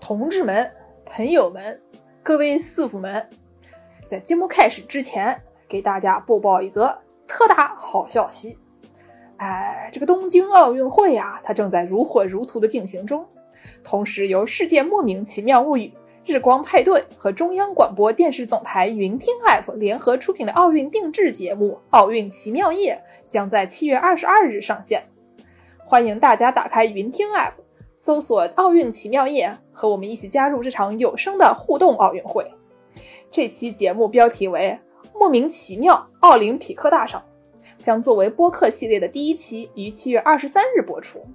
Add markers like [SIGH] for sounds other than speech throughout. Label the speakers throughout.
Speaker 1: 同志们、朋友们、各位师傅们，在节目开始之前，给大家播报一则特大好消息。哎，这个东京奥运会呀、它正在如火如荼的进行中，同时由世界莫名其妙物语、日光派对和中央广播电视总台云听 App 联合出品的奥运定制节目《奥运奇妙夜》将在七月二十二日上线。欢迎大家打开云听 App，搜索“奥运奇妙夜”，和我们一起加入这场有声的互动奥运会。这期节目标题为“莫名其妙奥林匹克大赏”，将作为播客系列的第一期，于七月二十三日播出。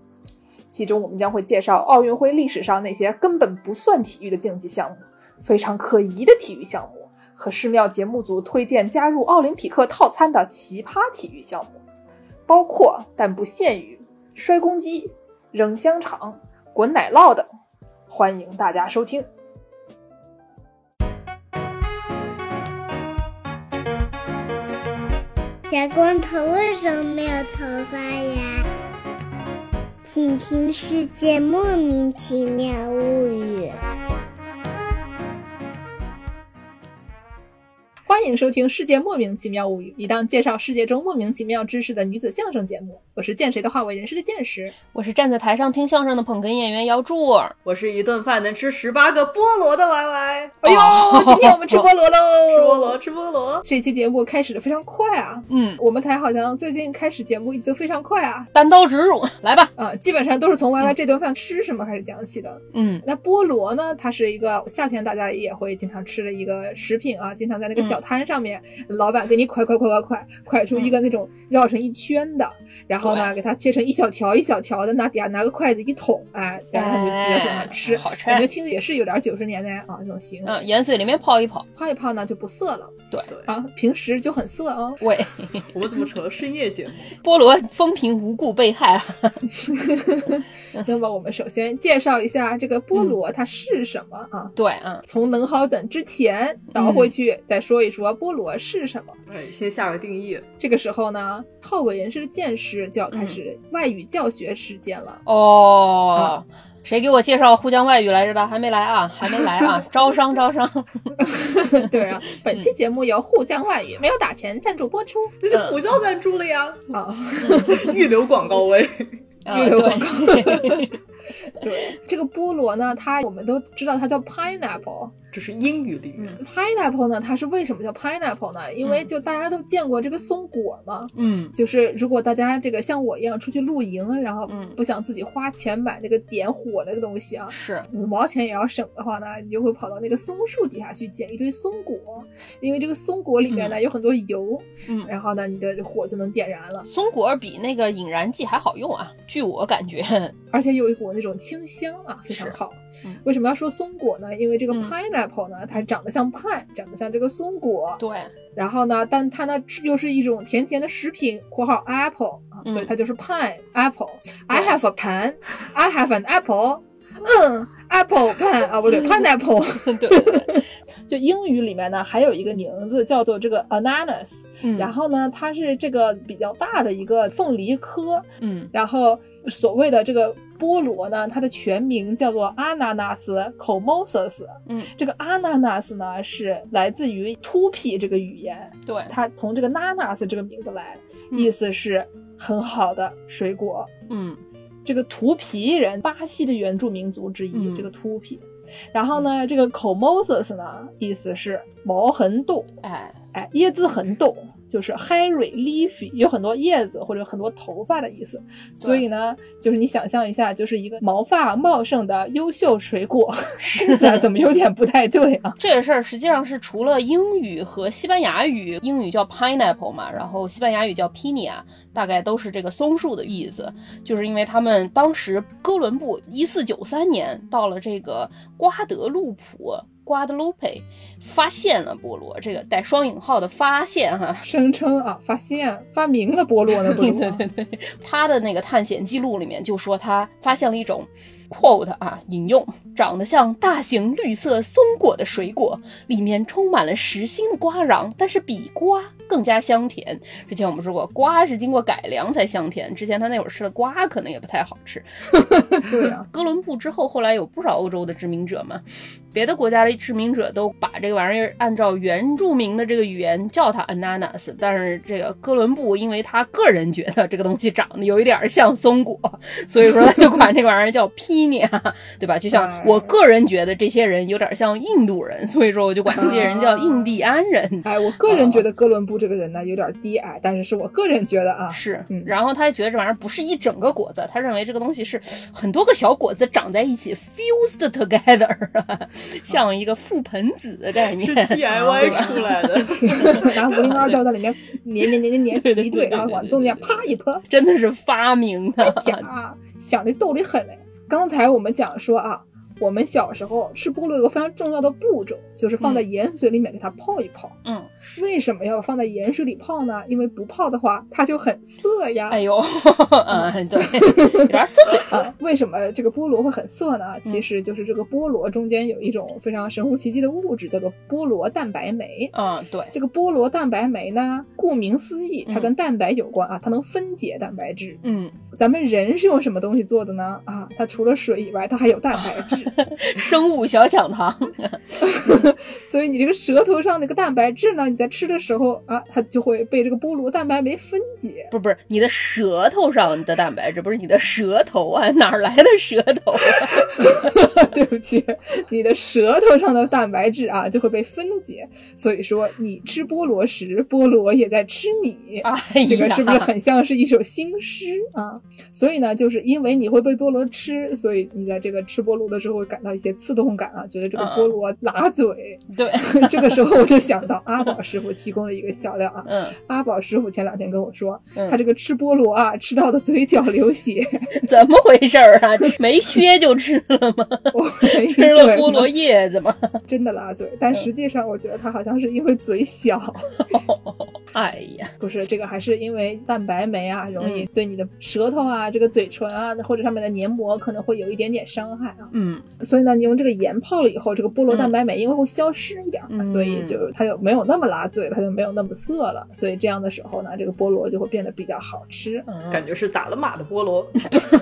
Speaker 1: 其中，我们将会介绍奥运会历史上那些根本不算体育的竞技项目、非常可疑的体育项目，和寺庙节目组推荐加入奥林匹克套餐的奇葩体育项目，包括但不限于摔公鸡、扔香肠、 [LAUGHS] 滚奶酪等。欢迎大家收听。
Speaker 2: 小光头为什么没有头发呀？请听《世界莫名其妙物语》。
Speaker 1: 欢迎收听《世界莫名其妙物语》，一档介绍世界中莫名其妙知识的女子相声节目。我是见谁的话为人师的见识。
Speaker 3: 我是站在台上听相声的捧哏演员姚柱，
Speaker 4: 我是一顿饭能吃十八个菠萝的 Y Y，
Speaker 1: 哎呦， [LAUGHS] 今天我们吃菠萝喽！
Speaker 4: 吃菠
Speaker 3: 哦
Speaker 4: 萝，吃菠萝。
Speaker 1: 这期节目开始的非常快啊，
Speaker 3: 嗯，
Speaker 1: 我们台好像最近开始节目一直都非常快啊，
Speaker 3: 单刀直入，来吧，
Speaker 1: 啊、基本上都是从 Y Y 这顿饭吃什么开始讲起的。
Speaker 3: 嗯
Speaker 1: 那菠萝呢，它是一个夏天大家也会经常吃的一个食品啊，经常
Speaker 3: 嗯
Speaker 1: 在那个小摊上面，老板给你快快快快快快出一
Speaker 3: 嗯
Speaker 1: 个那种绕成一圈的，然后呢，给它切成一小条一小条的，拿底下拿个筷子一捅，哎，然后你就直接从那吃。
Speaker 3: 哎好吃
Speaker 1: 感，觉听着也是有点九十年代啊那种型，
Speaker 3: 嗯，盐水里面泡一泡，
Speaker 1: 泡一泡呢就不涩了
Speaker 3: 对
Speaker 4: 对，
Speaker 1: 啊，平时就很涩
Speaker 3: [LAUGHS]
Speaker 1: 啊。
Speaker 3: 喂，
Speaker 4: 我们怎么成了深夜节目？
Speaker 3: 菠萝风评无故被害啊，
Speaker 1: [LAUGHS] 那么我们首先介绍一下这个菠
Speaker 3: 嗯
Speaker 1: 萝它是什么啊？
Speaker 3: 对啊，
Speaker 1: 从能好等之前倒回
Speaker 3: 嗯
Speaker 1: 去，再说一说菠萝是什么。
Speaker 4: 哎，先下个定义。
Speaker 1: 这个时候呢，好为人师的见识就要开始
Speaker 3: 嗯
Speaker 1: 外语教学时间
Speaker 3: [LAUGHS]
Speaker 1: 了。
Speaker 3: 哦。谁给我介绍沪江外语来着的？还没来啊，还没来 [LAUGHS] 啊！招商招商，
Speaker 1: 对啊，本期节目由沪江外
Speaker 3: 嗯
Speaker 1: 语没有打钱赞助播出
Speaker 4: 这是虎啸赞助了呀，
Speaker 1: 啊。
Speaker 4: 预留广告位。
Speaker 3: 啊
Speaker 1: 预留广
Speaker 3: [LAUGHS]
Speaker 1: 告
Speaker 3: 对，
Speaker 1: 对，这个菠萝呢，它我们都知道它叫 pineapple。
Speaker 4: 这是英语里面，
Speaker 1: pineapple 呢，它是为什么叫 pineapple 呢？因为就大家都见过这个松果嘛。
Speaker 3: 嗯
Speaker 1: 就是如果大家这个像我一样出去露营，然后
Speaker 3: 嗯
Speaker 1: 不想自己花钱买那个点火的东西啊，
Speaker 3: [LAUGHS] 是，
Speaker 1: 五毛钱也要省的话呢，你就会跑到那个松树底下去捡一堆松果，因为这个松果里面呢、有很多油，
Speaker 3: 嗯，
Speaker 1: 然后呢你的火就能点燃了，
Speaker 3: 松果比那个引燃剂还好用啊，据我感觉，
Speaker 1: 而且有一股那种清香啊，非常
Speaker 3: 是
Speaker 1: 好。
Speaker 3: 嗯
Speaker 1: 为什么要说松果呢？因为这个
Speaker 3: 嗯
Speaker 1: pineapple 呢，它长得像 pine，长得像这个松果，
Speaker 3: 对，
Speaker 1: 然后呢，但它呢吃又是一种甜甜的食品（括号 apple） 啊，
Speaker 3: 嗯
Speaker 1: 所以它就是 pine apple。I have a [LAUGHS] pan, I have an apple. 嗯，apple pan 啊，不 [LAUGHS] 对，pineapple。
Speaker 3: 对对对，
Speaker 1: [LAUGHS] 就英语里面呢，还有一个名字叫做这个 ananas，、
Speaker 3: 嗯
Speaker 1: 然后呢，它是这个比较大的一个凤梨科，
Speaker 3: 嗯，
Speaker 1: 然后所谓的这个菠萝呢，它的全名叫做阿纳纳斯 （comosus）。
Speaker 3: 嗯，
Speaker 1: 这个阿纳纳斯呢是来自于 Tupi 这个语言，
Speaker 3: 对，
Speaker 1: 它从这个 nanas 这个名字来，
Speaker 3: 嗯
Speaker 1: 意思是很好的水果。
Speaker 3: 嗯
Speaker 1: 这个图皮人，巴西的原住民族之一，
Speaker 3: 嗯
Speaker 1: 这个图皮。然后呢，这个 comosus 呢，意思是毛横豆，
Speaker 3: 哎，
Speaker 1: 哎，椰子横豆就是 hairy leafy，有很多叶子或者很多头发的意思。所以呢，就是你想象一下，就是一个毛发茂盛的优秀水
Speaker 3: [LAUGHS]
Speaker 1: 果，听起来怎么有点不太对啊？
Speaker 3: 这个事儿实际上是除了英语和西班牙语，英语叫 pineapple 嘛，然后西班牙语叫 pina，大概都是这个松树的意思。就是因为他们当时哥伦布一四九三年到了这个瓜德路普 Guadalupe 发现了菠萝，这个带双引号的发现哈。
Speaker 1: 声称啊发现发明了菠萝呢，不啊是
Speaker 3: [LAUGHS] 对
Speaker 1: 吗
Speaker 3: 对对对，他的那个探险记录里面就说他发现了一种 quote 啊引用，长得像大型绿色松果的水果，里面充满了实心的瓜瓤，但是比瓜更加香甜。之前我们说过，瓜是经过改良才香甜，之前他那会儿吃的瓜可能也不太好吃。
Speaker 1: 对啊，
Speaker 3: 哥伦布之后，后来有不少欧洲的殖民者嘛，别的国家的殖民者都把这个玩意儿按照原住民的这个语言叫它 ananas，但是这个哥伦布因为他个人觉得这个东西长得有一点儿像松果， [LAUGHS] 所以说他就管这个玩意儿叫 pina，对 [LAUGHS] 吧？就像我个人觉得这些人有点像印度人，所以说我就管这些人叫印第安人。
Speaker 1: 哎，我个人觉得哥伦布这个人呢有点低矮，但是是我个人觉得啊， [LAUGHS]
Speaker 3: 是
Speaker 1: 嗯，
Speaker 3: 然后他还觉得这玩意儿不是一整个果子，他认为这个东西是很多个小果子长在一起 fused together，
Speaker 1: [LAUGHS]
Speaker 3: 像一个覆盆子的概念 [LAUGHS]
Speaker 4: 是。
Speaker 3: 对
Speaker 4: DIY
Speaker 3: 吧
Speaker 4: 出来的。
Speaker 1: 拿五零二胶在里面粘粘粘粘
Speaker 3: 对
Speaker 1: 粘
Speaker 3: 对
Speaker 1: 集
Speaker 3: 对
Speaker 1: 对，
Speaker 3: 对
Speaker 1: 然后
Speaker 3: 对
Speaker 1: 往
Speaker 3: 对
Speaker 1: 中间
Speaker 3: 对
Speaker 1: 啪一泼，哎
Speaker 3: 真的是发明的，
Speaker 1: 呀，想的逗得很嘞。刚才我们讲说啊，我们小时候吃菠萝有个非常重要的步骤，就是放在盐水里面给它泡一泡。
Speaker 3: 嗯，
Speaker 1: 为什么要放在盐水里泡呢？因为不泡的话，它就很涩呀。
Speaker 3: 哎呦， [LAUGHS] 嗯，对，有点涩
Speaker 1: [LAUGHS]
Speaker 3: 嘴了，
Speaker 1: 啊，为什么这个菠萝会很涩呢？
Speaker 3: 嗯
Speaker 1: 其实就是这个菠萝中间有一种非常神乎其技的物质，叫做菠萝蛋白酶。
Speaker 3: 嗯，对，
Speaker 1: 这个菠萝蛋白酶呢，顾名思义，它
Speaker 3: 嗯
Speaker 1: 跟蛋白有关啊，它能分解蛋白质。
Speaker 3: 嗯，
Speaker 1: 咱们人是用什么东西做的呢？啊，它除了水以外，它还有蛋白质，
Speaker 3: 哦生物小讲堂，
Speaker 1: [LAUGHS]
Speaker 3: [LAUGHS]
Speaker 1: 所以你这个舌头上那个蛋白质呢，你在吃的时候啊，它就会被这个菠萝蛋白酶分解。 [LAUGHS]
Speaker 3: 不是不是，你的舌头上的蛋白质，不是你的舌头啊，哪儿来的舌头啊？
Speaker 1: 对不起，你的舌头上的蛋白质啊就会被分解，所以说你吃菠萝时，菠萝也在吃你。 [LAUGHS]
Speaker 3: 哎
Speaker 1: 这个
Speaker 3: 呀，
Speaker 1: 是不是很像是一首新诗啊？所以呢，就是因为你会被菠萝吃，所以你在这个吃菠萝的时候会感到一些刺痛感啊，觉得这个
Speaker 3: 嗯嗯
Speaker 1: 菠萝辣嘴。 [LAUGHS]
Speaker 3: 对，
Speaker 1: 这个时候我就想到阿宝师傅提供了一个笑料啊。
Speaker 3: 嗯
Speaker 1: 阿宝师傅前两天跟我说，他
Speaker 3: 嗯，
Speaker 1: 这个吃菠萝啊，吃到的嘴角流血。
Speaker 3: 怎么回事儿啊？没削就吃了吗？ [LAUGHS]
Speaker 1: 我
Speaker 3: 吃了菠萝嗯叶子吗？
Speaker 1: [LAUGHS] 真的辣嘴，但实际上我觉得他好像是因为嘴小，
Speaker 3: [LAUGHS] 哎呀，
Speaker 1: 不是这个，还是因为蛋白酶啊，容
Speaker 3: 嗯
Speaker 1: 易对你的舌头啊、这个嘴唇啊或者上面的黏膜可能会有一点点伤害啊。
Speaker 3: 嗯，
Speaker 1: 所以呢，你用这个盐泡了以后，这个菠萝蛋白酶因为会消失一点儿，
Speaker 3: 嗯
Speaker 1: 所以就它就没有那么辣嘴了，它就没有那么涩了。所以这样的时候呢，这个菠萝就会变得比较好吃。
Speaker 3: 嗯
Speaker 4: 感觉是打了码的菠萝，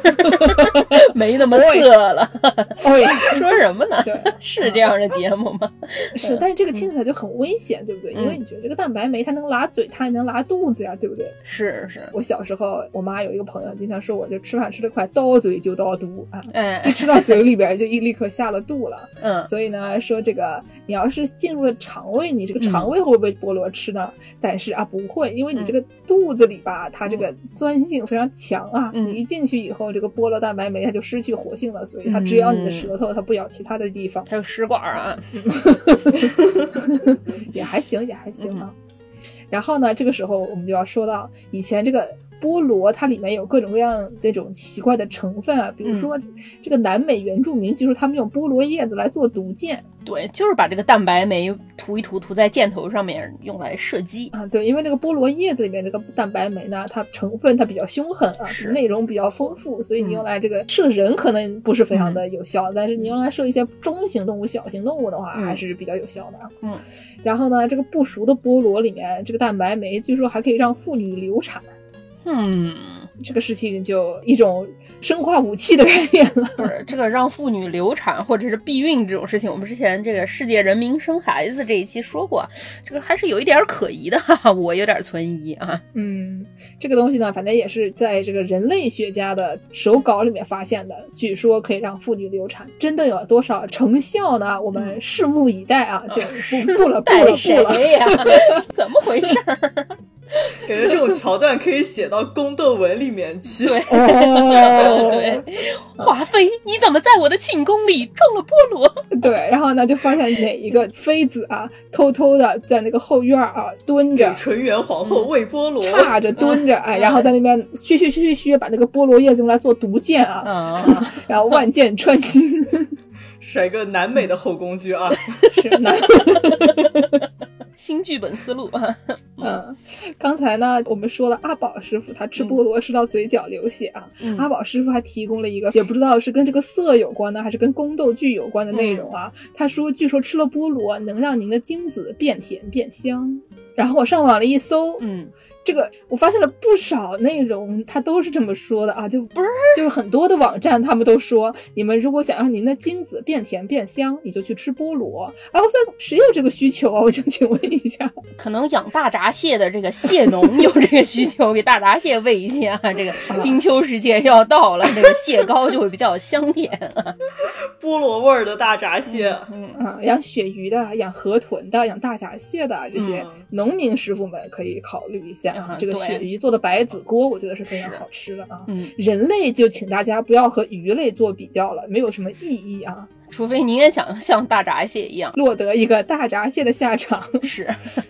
Speaker 3: 嗯没那么色 [LAUGHS] 了。
Speaker 1: 哦耶，
Speaker 3: 说什么呢？
Speaker 1: 对，
Speaker 3: 是这样的节目吗？
Speaker 1: 是，但是这个听起来就很危险，对不对？
Speaker 3: 嗯
Speaker 1: 因为你觉得这个蛋白酶它能拉嘴，它也能拉肚子呀，对不对？
Speaker 3: [LAUGHS] 是是，
Speaker 1: 我小时候，我妈有一个朋友经常说我这吃饭吃得快，刀嘴就刀肚啊，一
Speaker 3: 哎，
Speaker 1: [LAUGHS] 吃到嘴里边就一立刻下了肚了。
Speaker 3: 嗯，
Speaker 1: 所以呢，说这个你要是进入了肠胃，你这个肠胃会不会被菠萝吃呢？但是啊，不会，因为你这个肚子里吧，它这个酸性非常强啊，
Speaker 3: 嗯
Speaker 1: 你一进去以后，这个菠萝蛋白酶它就失去活性了，所以它只咬你的舌头，它不咬其他的地方，
Speaker 3: [LAUGHS] 还有食管啊，
Speaker 1: 也还行，也还行啊。然后呢，这个时候我们就要说到以前这个。菠萝它里面有各种各样那种奇怪的成分啊，比如说这个南美原住民，据说他们用菠萝叶子来做毒箭，
Speaker 3: 对，就是把这个蛋白酶涂一涂，涂在箭头上面，用来射击。
Speaker 1: 啊，对，因为那个菠萝叶子里面这个蛋白酶呢，它成分它比较凶狠啊，
Speaker 3: 是
Speaker 1: 内容比较丰富，所以
Speaker 3: 嗯
Speaker 1: 你用来这个射人可能不是非常的有效，但是你用来射一些中型动物、小型动物的话，
Speaker 3: 嗯
Speaker 1: 还是比较有效的。啊
Speaker 3: 嗯，
Speaker 1: 然后呢，这个不熟的菠萝里面这个蛋白酶，据说还可以让妇女流产，
Speaker 3: 嗯，
Speaker 1: 这个事情就一种生化武器的概念了。
Speaker 3: 不是这个让妇女流产或者是避孕这种事情，我们之前这个世界人民生孩子这一期说过，这个还是有一点儿可疑的，哈哈，我有点存疑啊。
Speaker 1: 嗯，这个东西呢，反正也是在这个人类学家的手稿里面发现的，据说可以让妇女流产，真的有多少成效呢？我
Speaker 3: 嗯
Speaker 1: 们拭目以待啊！
Speaker 3: 哦
Speaker 1: 这不不了不了
Speaker 3: 带
Speaker 1: 不了，
Speaker 3: 谁 [LAUGHS] 呀？怎么回事儿？
Speaker 4: 感觉这种桥段可以写到宫斗文里面去。
Speaker 3: 对
Speaker 1: 哦，
Speaker 3: [LAUGHS] 对，华妃，你怎么在我的寝宫里种了菠萝？
Speaker 1: [LAUGHS] 对，然后呢，就发现哪一个妃子啊，偷偷的在那个后院儿啊蹲
Speaker 4: 给
Speaker 1: 着。
Speaker 4: 纯元皇
Speaker 3: 嗯
Speaker 4: 后喂菠萝，
Speaker 1: 叉着蹲着，哎，然后在那边削
Speaker 3: 嗯
Speaker 1: 削削削削，把那个菠萝叶子用来做毒箭啊，
Speaker 3: 啊，
Speaker 1: 然后万箭穿心。 [LAUGHS]
Speaker 4: 甩个南美的后宫剧啊！
Speaker 3: 嗯
Speaker 1: 是的。
Speaker 3: [LAUGHS] 新剧本思路啊，
Speaker 1: 嗯，刚才呢，我们说了阿宝师傅他吃菠萝吃到嘴角流血啊，
Speaker 3: 嗯
Speaker 1: 阿宝师傅还提供了一个也不知道是跟这个色有关呢，还是跟宫斗剧有关的内容啊。
Speaker 3: 嗯
Speaker 1: 他说，据说吃了菠萝能让您的精子变甜变香。然后我上网了一搜，
Speaker 3: 嗯，
Speaker 1: 这个我发现了不少内容，它都是这么说的啊，就不是，就是很多的网站他们都说，你们如果想让您的精子变甜变香，你就去吃菠萝。哎，我想谁有这个需求啊？我想请问一下。
Speaker 3: 可能养大闸蟹的这个蟹农 [LAUGHS] 有这个需求，给大闸蟹喂一下。啊这 [LAUGHS] 个金秋时节要到了，这个蟹膏就会比较香甜。
Speaker 4: 菠萝味儿的大闸蟹，
Speaker 3: 嗯，
Speaker 1: 啊，养鳕鱼的、养河豚的、养大闸蟹的这些
Speaker 4: 嗯
Speaker 1: 农民师傅们可以考虑一下。
Speaker 3: 啊
Speaker 1: 这个
Speaker 3: 对
Speaker 1: 鳕鱼做的白子锅，我觉得是非常
Speaker 3: 是
Speaker 1: 好吃的啊。
Speaker 3: 嗯
Speaker 1: 人类就请大家不要和鱼类做比较了，没有什么意义啊。
Speaker 3: 除非你也想像大闸蟹一样，
Speaker 1: 落得一个大闸蟹的下场， [LAUGHS]
Speaker 3: 是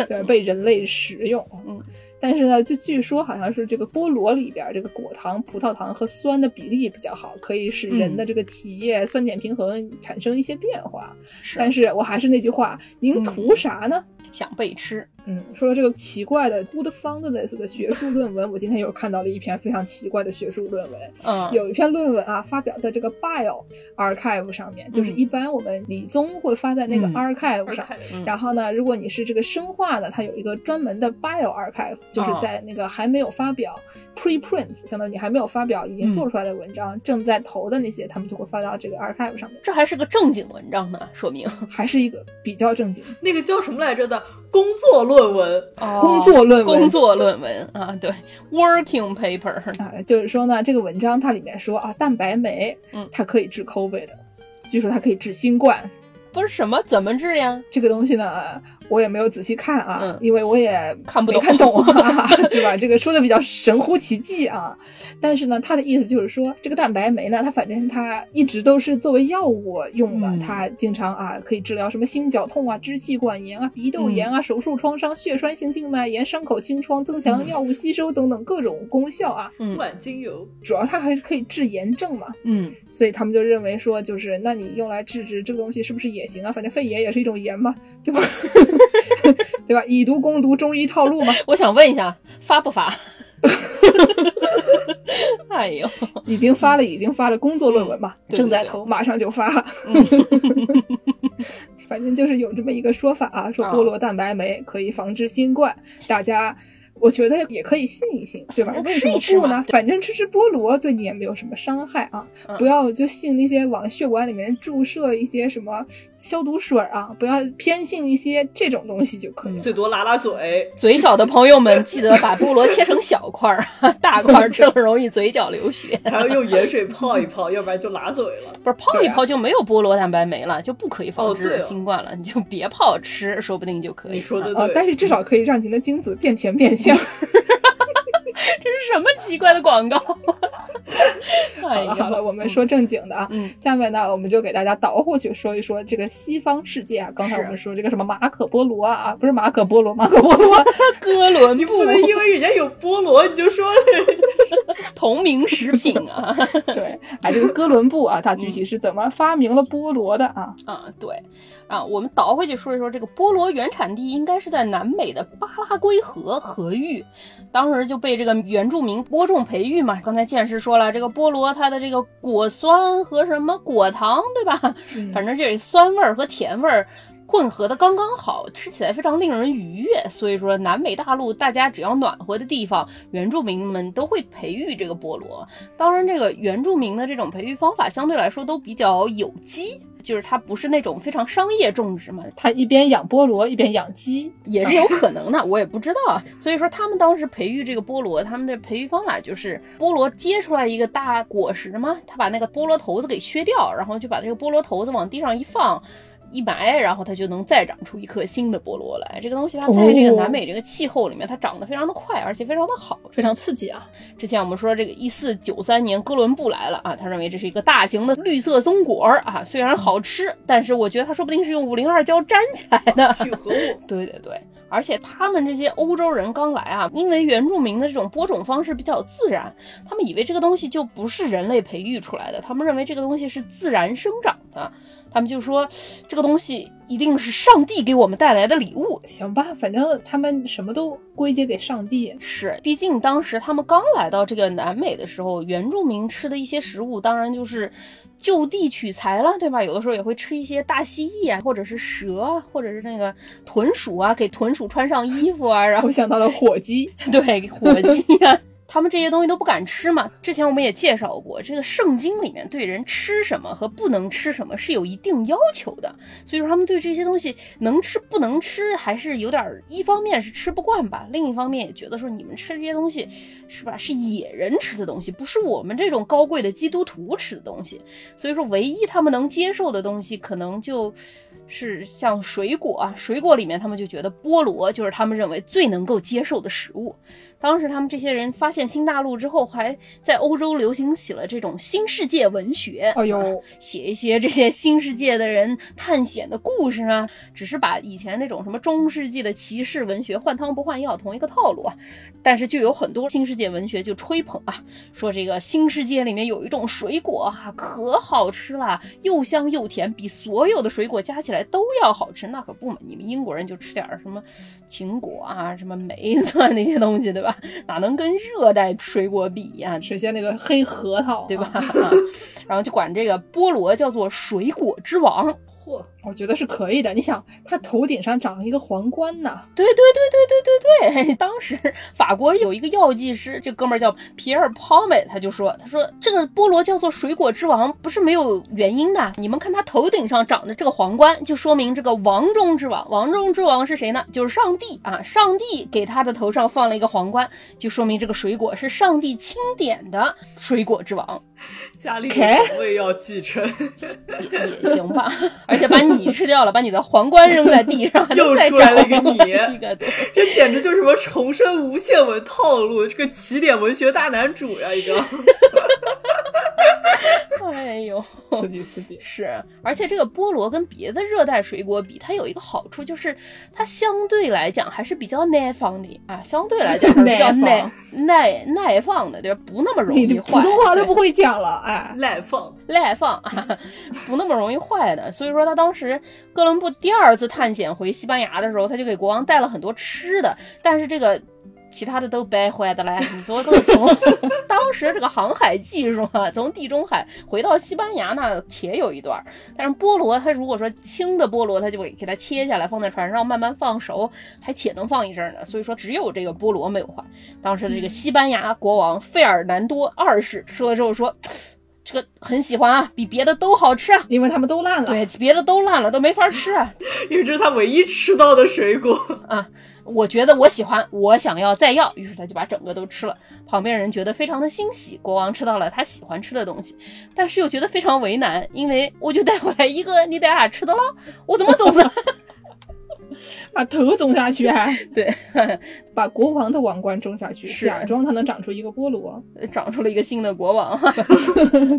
Speaker 1: 对，被人类食用。啊
Speaker 3: 嗯，
Speaker 1: 但是呢，就据说好像是这个菠萝里边儿这个果糖、葡萄糖和酸的比例比较好，可以使人
Speaker 3: 嗯
Speaker 1: 的这个体液酸碱平衡产生一些变化。但
Speaker 3: 是嗯
Speaker 1: 是我还是那句话，您图啥呢？
Speaker 3: 想被吃。
Speaker 1: 嗯，说到这个奇怪的 good fundness 的学术论文，我今天又看到了一篇非常奇怪的学术论文。
Speaker 3: 嗯，
Speaker 1: [LAUGHS] 有一篇论文啊，发表在这个 Bio Archive 上面，就是
Speaker 3: 嗯
Speaker 1: 一般我们理综会发在那个
Speaker 3: 嗯
Speaker 1: Archive
Speaker 4: 二
Speaker 1: 上。
Speaker 4: 开
Speaker 3: 嗯
Speaker 1: 然后呢，如果你是这个生化的，它有一个专门的 bio archive，就是
Speaker 3: 哦
Speaker 1: 在那个还没有发表 preprints，相当于你还没有发表已
Speaker 3: 嗯
Speaker 1: 经做出来的文章，正在投的那些，他们就会发到这个 archive 上面，
Speaker 3: 这还是个正经文章呢，说明
Speaker 1: 还是一个比较正经的
Speaker 4: 那个叫什么来着的工作论文，
Speaker 1: 工作论文。
Speaker 3: 哦工作论文啊，对，working paper，
Speaker 1: 啊，就是说呢，这个文章它里面说啊，蛋白酶，
Speaker 3: 嗯
Speaker 1: 它可以治 COVID 的，据说它可以治新冠。
Speaker 3: 不是什么怎么治呀？
Speaker 1: 这个东西呢，我也没有仔细看啊，
Speaker 3: 嗯
Speaker 1: 因为我也
Speaker 3: 看不
Speaker 1: 没
Speaker 3: 懂
Speaker 1: 看懂啊， [LAUGHS] 对吧？这个说的比较神乎其技啊，但是呢，他的意思就是说，这个蛋白酶呢，它反正它一直都是作为药物用的，
Speaker 3: 嗯
Speaker 1: 它经常啊可以治疗什么心绞痛啊、支气管炎啊、鼻
Speaker 3: 嗯
Speaker 1: 窦炎啊、手术创伤、血栓性静脉炎、伤口清创、增强
Speaker 3: 嗯
Speaker 1: 药物吸收等等各种功效啊。
Speaker 3: 嗯
Speaker 4: 满精油。
Speaker 1: 主要它还是可以治炎症嘛，
Speaker 3: 嗯，
Speaker 1: 所以他们就认为说，就是那你用来治治这个东西是不是也行啊？反正肺炎也是一种炎嘛，对吧？ [LAUGHS] 对吧？以毒攻毒，中医套路嘛。
Speaker 3: 我想问一下，发不 [LAUGHS] 发？哎呦，
Speaker 1: 已经发了，已经发了工作论文嘛，
Speaker 3: 嗯对
Speaker 1: 正在
Speaker 3: 对对嗯
Speaker 1: 投，马上就发。 [LAUGHS] 反正就是有这么一个说法啊，说
Speaker 3: 啊
Speaker 1: 菠萝蛋白酶可以防治新冠，大家。我觉得也可以信一信，对吧？
Speaker 3: 反正
Speaker 1: 为什么
Speaker 3: 试一试
Speaker 1: 不
Speaker 3: 嘛
Speaker 1: 呢？反正吃吃菠萝对你也没有什么伤害啊！
Speaker 3: 嗯
Speaker 1: 不要就信那些往血管里面注射一些什么消毒水啊，不要偏信一些这种东西就可
Speaker 3: 嗯
Speaker 1: 以了。
Speaker 4: 最多拉拉嘴，
Speaker 3: 嘴小的朋友们记得把菠萝切成小块 [LAUGHS] 儿，大块儿正容易嘴角流血。
Speaker 4: 还要用盐水泡一泡，要不然就拉嘴了。
Speaker 3: 不是泡一泡就没有菠萝蛋白酶了，就不可以防
Speaker 4: 哦对
Speaker 3: 治
Speaker 4: 哦
Speaker 3: 新冠了，你就别泡吃，说不定就可以。
Speaker 4: 你说的
Speaker 1: 啊，
Speaker 4: 对，
Speaker 1: 但是至少可以让您的精子变甜变香。
Speaker 3: [LAUGHS] 这是什么奇怪的广 [LAUGHS] 告？
Speaker 1: 好
Speaker 3: 哎
Speaker 1: 了
Speaker 3: 呀，
Speaker 1: 好了，我们说正经的啊，
Speaker 3: 嗯
Speaker 1: 下面呢，我们就给大家倒回去说一说这个西方世界啊。刚才
Speaker 3: 是
Speaker 1: 我们说这个什么马可波罗啊，不是马可波罗，马可波
Speaker 3: [LAUGHS]
Speaker 1: 罗
Speaker 3: 哥伦
Speaker 4: 你
Speaker 3: 布
Speaker 4: 不能因为人家有菠萝你就说人家
Speaker 3: 同名食品啊
Speaker 1: 对，啊，这个哥伦布啊，
Speaker 3: 嗯
Speaker 1: 他具体是怎么发明了菠萝的啊？
Speaker 3: 啊对啊，我们倒回去说一说，这个菠萝原产地应该是在南美的巴拉圭河河域，当时就被这个原住民播种培育嘛。刚才剑师说了，这个菠萝它的这个果酸和什么果糖，对吧？
Speaker 1: 嗯
Speaker 3: 反正这酸味儿和甜味儿混合的刚刚好，吃起来非常令人愉悦。所以说，南美大陆大家只要暖和的地方，原住民们都会培育这个菠萝。当然，这个原住民的这种培育方法相对来说都比较有机。就是它不是那种非常商业种植嘛，
Speaker 1: 他一边养菠萝一边养鸡，
Speaker 3: 也是有可能的，我也不知道。啊所以说，他们当时培育这个菠萝，他们的培育方法就是菠萝结出来一个大果实嘛，他把那个菠萝头子给削掉，然后就把这个菠萝头子往地上一放。一埋，然后它就能再长出一颗新的菠萝来。这个东西它在这
Speaker 1: 哦
Speaker 3: 个南美这个气候里面，它长得非常的快，而且非常的好。
Speaker 1: 非常刺激啊！
Speaker 3: 之前我们说这个一四九三年哥伦布来了啊，他认为这是一个大型的绿色松果儿啊，虽然好吃，但是我觉得它说不定是用五零二胶粘起来的。 [LAUGHS]
Speaker 4: 聚合物。
Speaker 3: 对对对，而且他们这些欧洲人刚来啊，因为原住民的这种播种方式比较自然，他们以为这个东西就不是人类培育出来的，他们认为这个东西是自然生长的，他们就说这个东西一定是上帝给我们带来的礼物。
Speaker 5: 行吧，反正他们什么都归结给上帝。
Speaker 3: 是，毕竟当时他们刚来到这个南美的时候，原住民吃的一些食物，当然就是就地取材了，对吧？有的时候也会吃一些大蜥蜴啊，或者是蛇啊，或者是那个豚鼠啊，给豚鼠穿上衣服啊，然后 [LAUGHS]
Speaker 5: 我想到了火鸡，
Speaker 3: 对，火鸡呀、他们这些东西都不敢吃嘛。之前我们也介绍过，这个圣经里面对人吃什么和不能吃什么是有一定要求的，所以说他们对这些东西能吃不能吃还是有点儿，一方面是吃不惯吧，另一方面也觉得说你们吃这些东西是吧，是野人吃的东西，不是我们这种高贵的基督徒吃的东西。所以说，唯一他们能接受的东西，可能就是像水果啊，水果里面他们就觉得菠萝就是他们认为最能够接受的食物。当时他们这些人发现新大陆之后，还在欧洲流行起了这种新世界文学。
Speaker 5: 哎呦
Speaker 3: 啊写一些这些新世界的人探险的故事啊，只是把以前那种什么中世纪的骑士文学换汤不换药同一个套路啊，但是就有很多新世界文学就吹捧啊，说这个新世界里面有一种水果啊，可好吃了，又香又甜，比所有的水果加起来都要好吃。那可不嘛，你们英国人就吃点儿什么苹果啊、什么梅子啊那些东西，对吧？哪能跟热带水果比呀、
Speaker 5: 首先那个黑核桃，
Speaker 3: 对吧？？ [LAUGHS] 啊，然后就管这个菠萝叫做水果之王。
Speaker 1: 嚯，
Speaker 5: 我觉得是可以的。你想，他头顶上长了一个皇冠呢，
Speaker 3: 对对对对对对对，当时法国有一个药剂师，这哥们儿叫皮埃尔·泡美，他就说，他说这个菠萝叫做水果之王，不是没有原因的。你们看他头顶上长的这个皇冠，就说明这个王中之王，王中之王是谁呢？就是上帝啊！上帝给他的头上放了一个皇冠，就说明这个水果是上帝钦点的水果之王。
Speaker 1: 家里
Speaker 5: OK
Speaker 1: 有位要继承，
Speaker 3: 也也 [LAUGHS] 行吧，而且把你吃掉了，把你的皇冠扔在地上，还能
Speaker 1: 又
Speaker 3: 再
Speaker 1: 出来了
Speaker 3: 长
Speaker 1: 一个你
Speaker 3: [LAUGHS] 一个对
Speaker 1: 这简直就是什么重生无限文套路，这个起点文学大男主呀，已经。
Speaker 3: 哎呦，
Speaker 5: 刺激刺激。
Speaker 3: 是，而且这个菠萝跟别的热带水果比，它有一个好处就是它相对来讲还是比较耐放的啊，相对来讲还是比较
Speaker 5: 耐
Speaker 3: 耐耐耐放的，对吧，不那么容
Speaker 5: 你
Speaker 3: 易
Speaker 5: 的
Speaker 3: 坏。
Speaker 5: 普通话都
Speaker 3: 对
Speaker 5: 不会讲了，哎，
Speaker 1: 赖放，
Speaker 3: 赖放啊， [LAUGHS] 不那么容易坏的。所以说他当时哥伦布第二次探险回西班牙的时候，他就给国王带了很多吃的，但是这个。其他的都掰坏的嘞！你说这从当时这个航海技术啊，从地中海回到西班牙那且有一段儿，但是菠萝它如果说青的菠萝，它就给给它切下来放在船上慢慢放熟，还且能放一阵儿呢。所以说只有这个菠萝没有坏。当时的这个西班牙国王费尔南多二世吃了之后说，这个很喜欢啊，比别的都好吃啊。
Speaker 5: 因为他们都烂了。
Speaker 3: 对，别的都烂了，都没法吃啊！
Speaker 1: 因为这是他唯一吃到的水果。
Speaker 3: 我觉得我喜欢，我想要再要，于是他就把整个都吃了。旁边人觉得非常的欣喜，国王吃到了他喜欢吃的东西，但是又觉得非常为难，因为我就带回来一个，你俩吃得了，我怎么走呢？ [LAUGHS]
Speaker 5: 把头种下去，还
Speaker 3: 对，
Speaker 5: 把国王的王冠种下去，
Speaker 3: 是
Speaker 5: 假装它能长出一个菠萝。
Speaker 3: [LAUGHS] 长出了一个新的国王。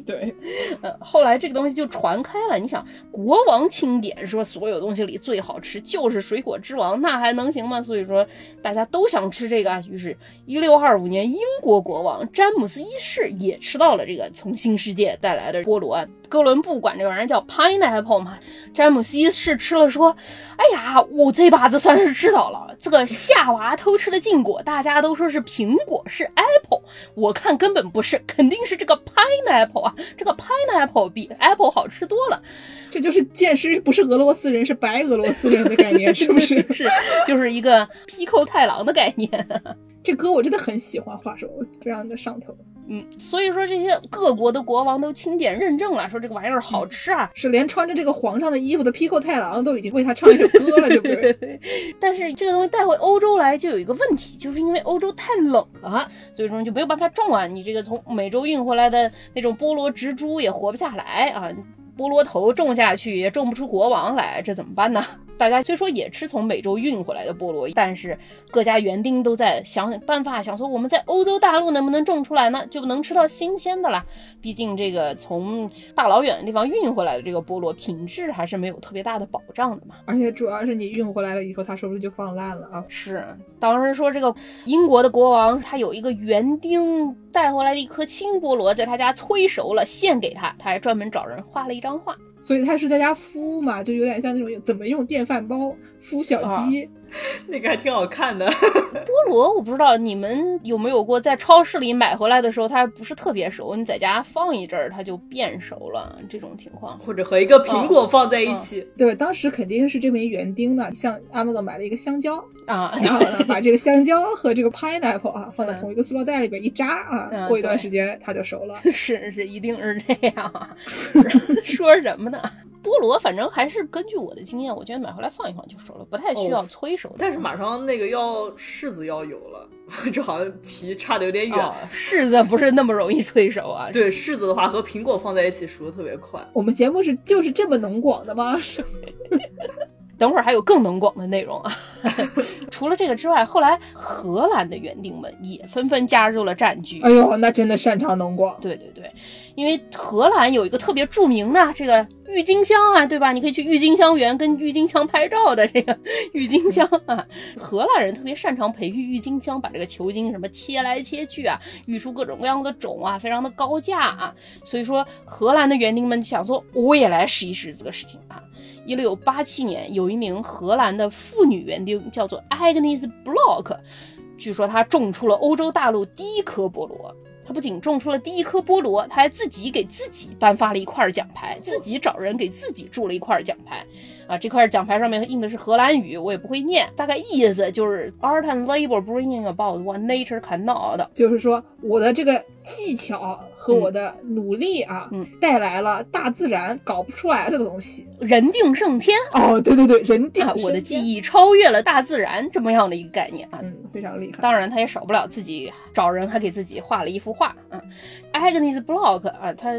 Speaker 5: 对，
Speaker 3: 呃，后来这个东西就传开了。你想，国王钦点说所有东西里最好吃就是水果之王，那还能行吗？所以说大家都想吃这个。啊于是，一六二五年，英国国王詹姆斯一世也吃到了这个从新世界带来的菠萝。啊哥伦布管这玩意儿叫 pineapple 嘛，詹姆斯一世吃了说：“哎呀，我这把子算是知道了，这个夏娃偷吃的禁果，大家都说是苹果是 apple，我看根本不是，肯定是这个 pineapple 啊，这个 pineapple 比 apple 好吃多了，？
Speaker 5: 这就是剑师不是俄罗斯人，是白俄罗斯人的概念，是不是
Speaker 3: [LAUGHS] 是就是一个 p 扣太郎的概念。
Speaker 5: 这歌我真的很喜欢，话说非常的上头，
Speaker 3: 嗯，所以说这些各国的国王都钦点认证了，说这个玩意儿好吃啊，
Speaker 5: 是连穿着这个皇上的衣服的 Pico 太郎都已经为他唱一首歌了，对
Speaker 3: [LAUGHS]
Speaker 5: 不对？
Speaker 3: 但是这个东西带回欧洲来就有一个问题，就是因为欧洲太冷了，所以说就没有办法种啊。你这个从美洲运回来的那种菠萝植株也活不下来啊，菠萝头种下去也种不出国王来，这怎么办呢？大家虽说也吃从美洲运回来的菠萝，但是各家园丁都在想办法，想说我们在欧洲大陆能不能种出来呢？就能吃到新鲜的啦。毕竟这个从大老远的地方运回来的这个菠萝品质还是没有特别大的保障的嘛。
Speaker 5: 而且主要是你运回来了以后，他说不定就放烂了啊。
Speaker 3: 是，当时说这个英国的国王，他有一个园丁带回来的一颗青菠萝，在他家催熟了，献给他，他还专门找人画了一张画。
Speaker 1: 所以他是在家孵嘛，就有点像那种怎么用电饭煲孵小
Speaker 3: 啊
Speaker 1: 鸡。
Speaker 4: [LAUGHS] 那个还挺好看的。
Speaker 3: 菠萝我不知道你们有没有过，在超市里买回来的时候它还不是特别熟，你在家放一阵儿它就变熟了，这种情况。
Speaker 4: 或者和一个苹果放在一起，
Speaker 1: 对，当时肯定是这枚园丁呢，向 Amazon 买了一个香蕉，
Speaker 3: 啊， [LAUGHS]
Speaker 1: 然后呢，把这个香蕉和这个 pineapple 啊放在
Speaker 3: 嗯
Speaker 1: 同一个塑料袋里边一扎啊，
Speaker 3: 嗯
Speaker 1: 过一段
Speaker 3: 对
Speaker 1: 时间它就熟了。
Speaker 3: 是是，一定是这样啊！ [LAUGHS] 说什么呢？菠萝反正还是根据我的经验，我觉得买回来放一放就熟了，不太需要
Speaker 4: 哦
Speaker 3: 催熟的。
Speaker 4: 但是马上那个要柿子要有了， [LAUGHS] 这好像题差的有点远。
Speaker 3: 哦，柿子不是那么容易催熟啊。
Speaker 4: 对柿子的话，和苹果放在一起熟的特别快。
Speaker 1: 我们节目是就是这么能广的吗？ [LAUGHS]
Speaker 3: 等会儿还有更能广的内容啊。 [LAUGHS] 除了这个之外，后来荷兰的园丁们也纷纷加入了战局。
Speaker 1: 哎呦，那真的擅长能广。
Speaker 3: 对对对，因为荷兰有一个特别著名的这个郁金香啊，对吧？你可以去郁金香园跟郁金香拍照的这个 [LAUGHS] 郁金香啊，荷兰人特别擅长培育郁金香，把这个球茎什么切来切去啊，育出各种各样的种啊，非常的高价啊。所以说，荷兰的园丁们就想说，我也来试一试这个事情啊。一六八七年，有一名荷兰的妇女园丁叫做 Agnes Block，据说她种出了欧洲大陆第一颗菠萝。她不仅种出了第一颗菠萝，她还自己给自己颁发了一块奖牌，自己找人给自己铸了一块奖牌。啊，这块奖牌上面印的是荷兰语，我也不会念，大概意思就是 Art and Labor bringing about what nature cannot。
Speaker 1: 就是说我的这个技巧和我的努力啊，
Speaker 3: 嗯
Speaker 1: 带来了大自然搞不出来的东西。
Speaker 3: 人定胜天
Speaker 1: 哦，对对对，人定、
Speaker 3: 啊，我的技，艺超越了大自然，这么样的一个概念啊。
Speaker 1: 嗯，非常厉害。
Speaker 3: 当然，他也少不了自己找人，还给自己画了一幅画啊。Agnes Block 啊，他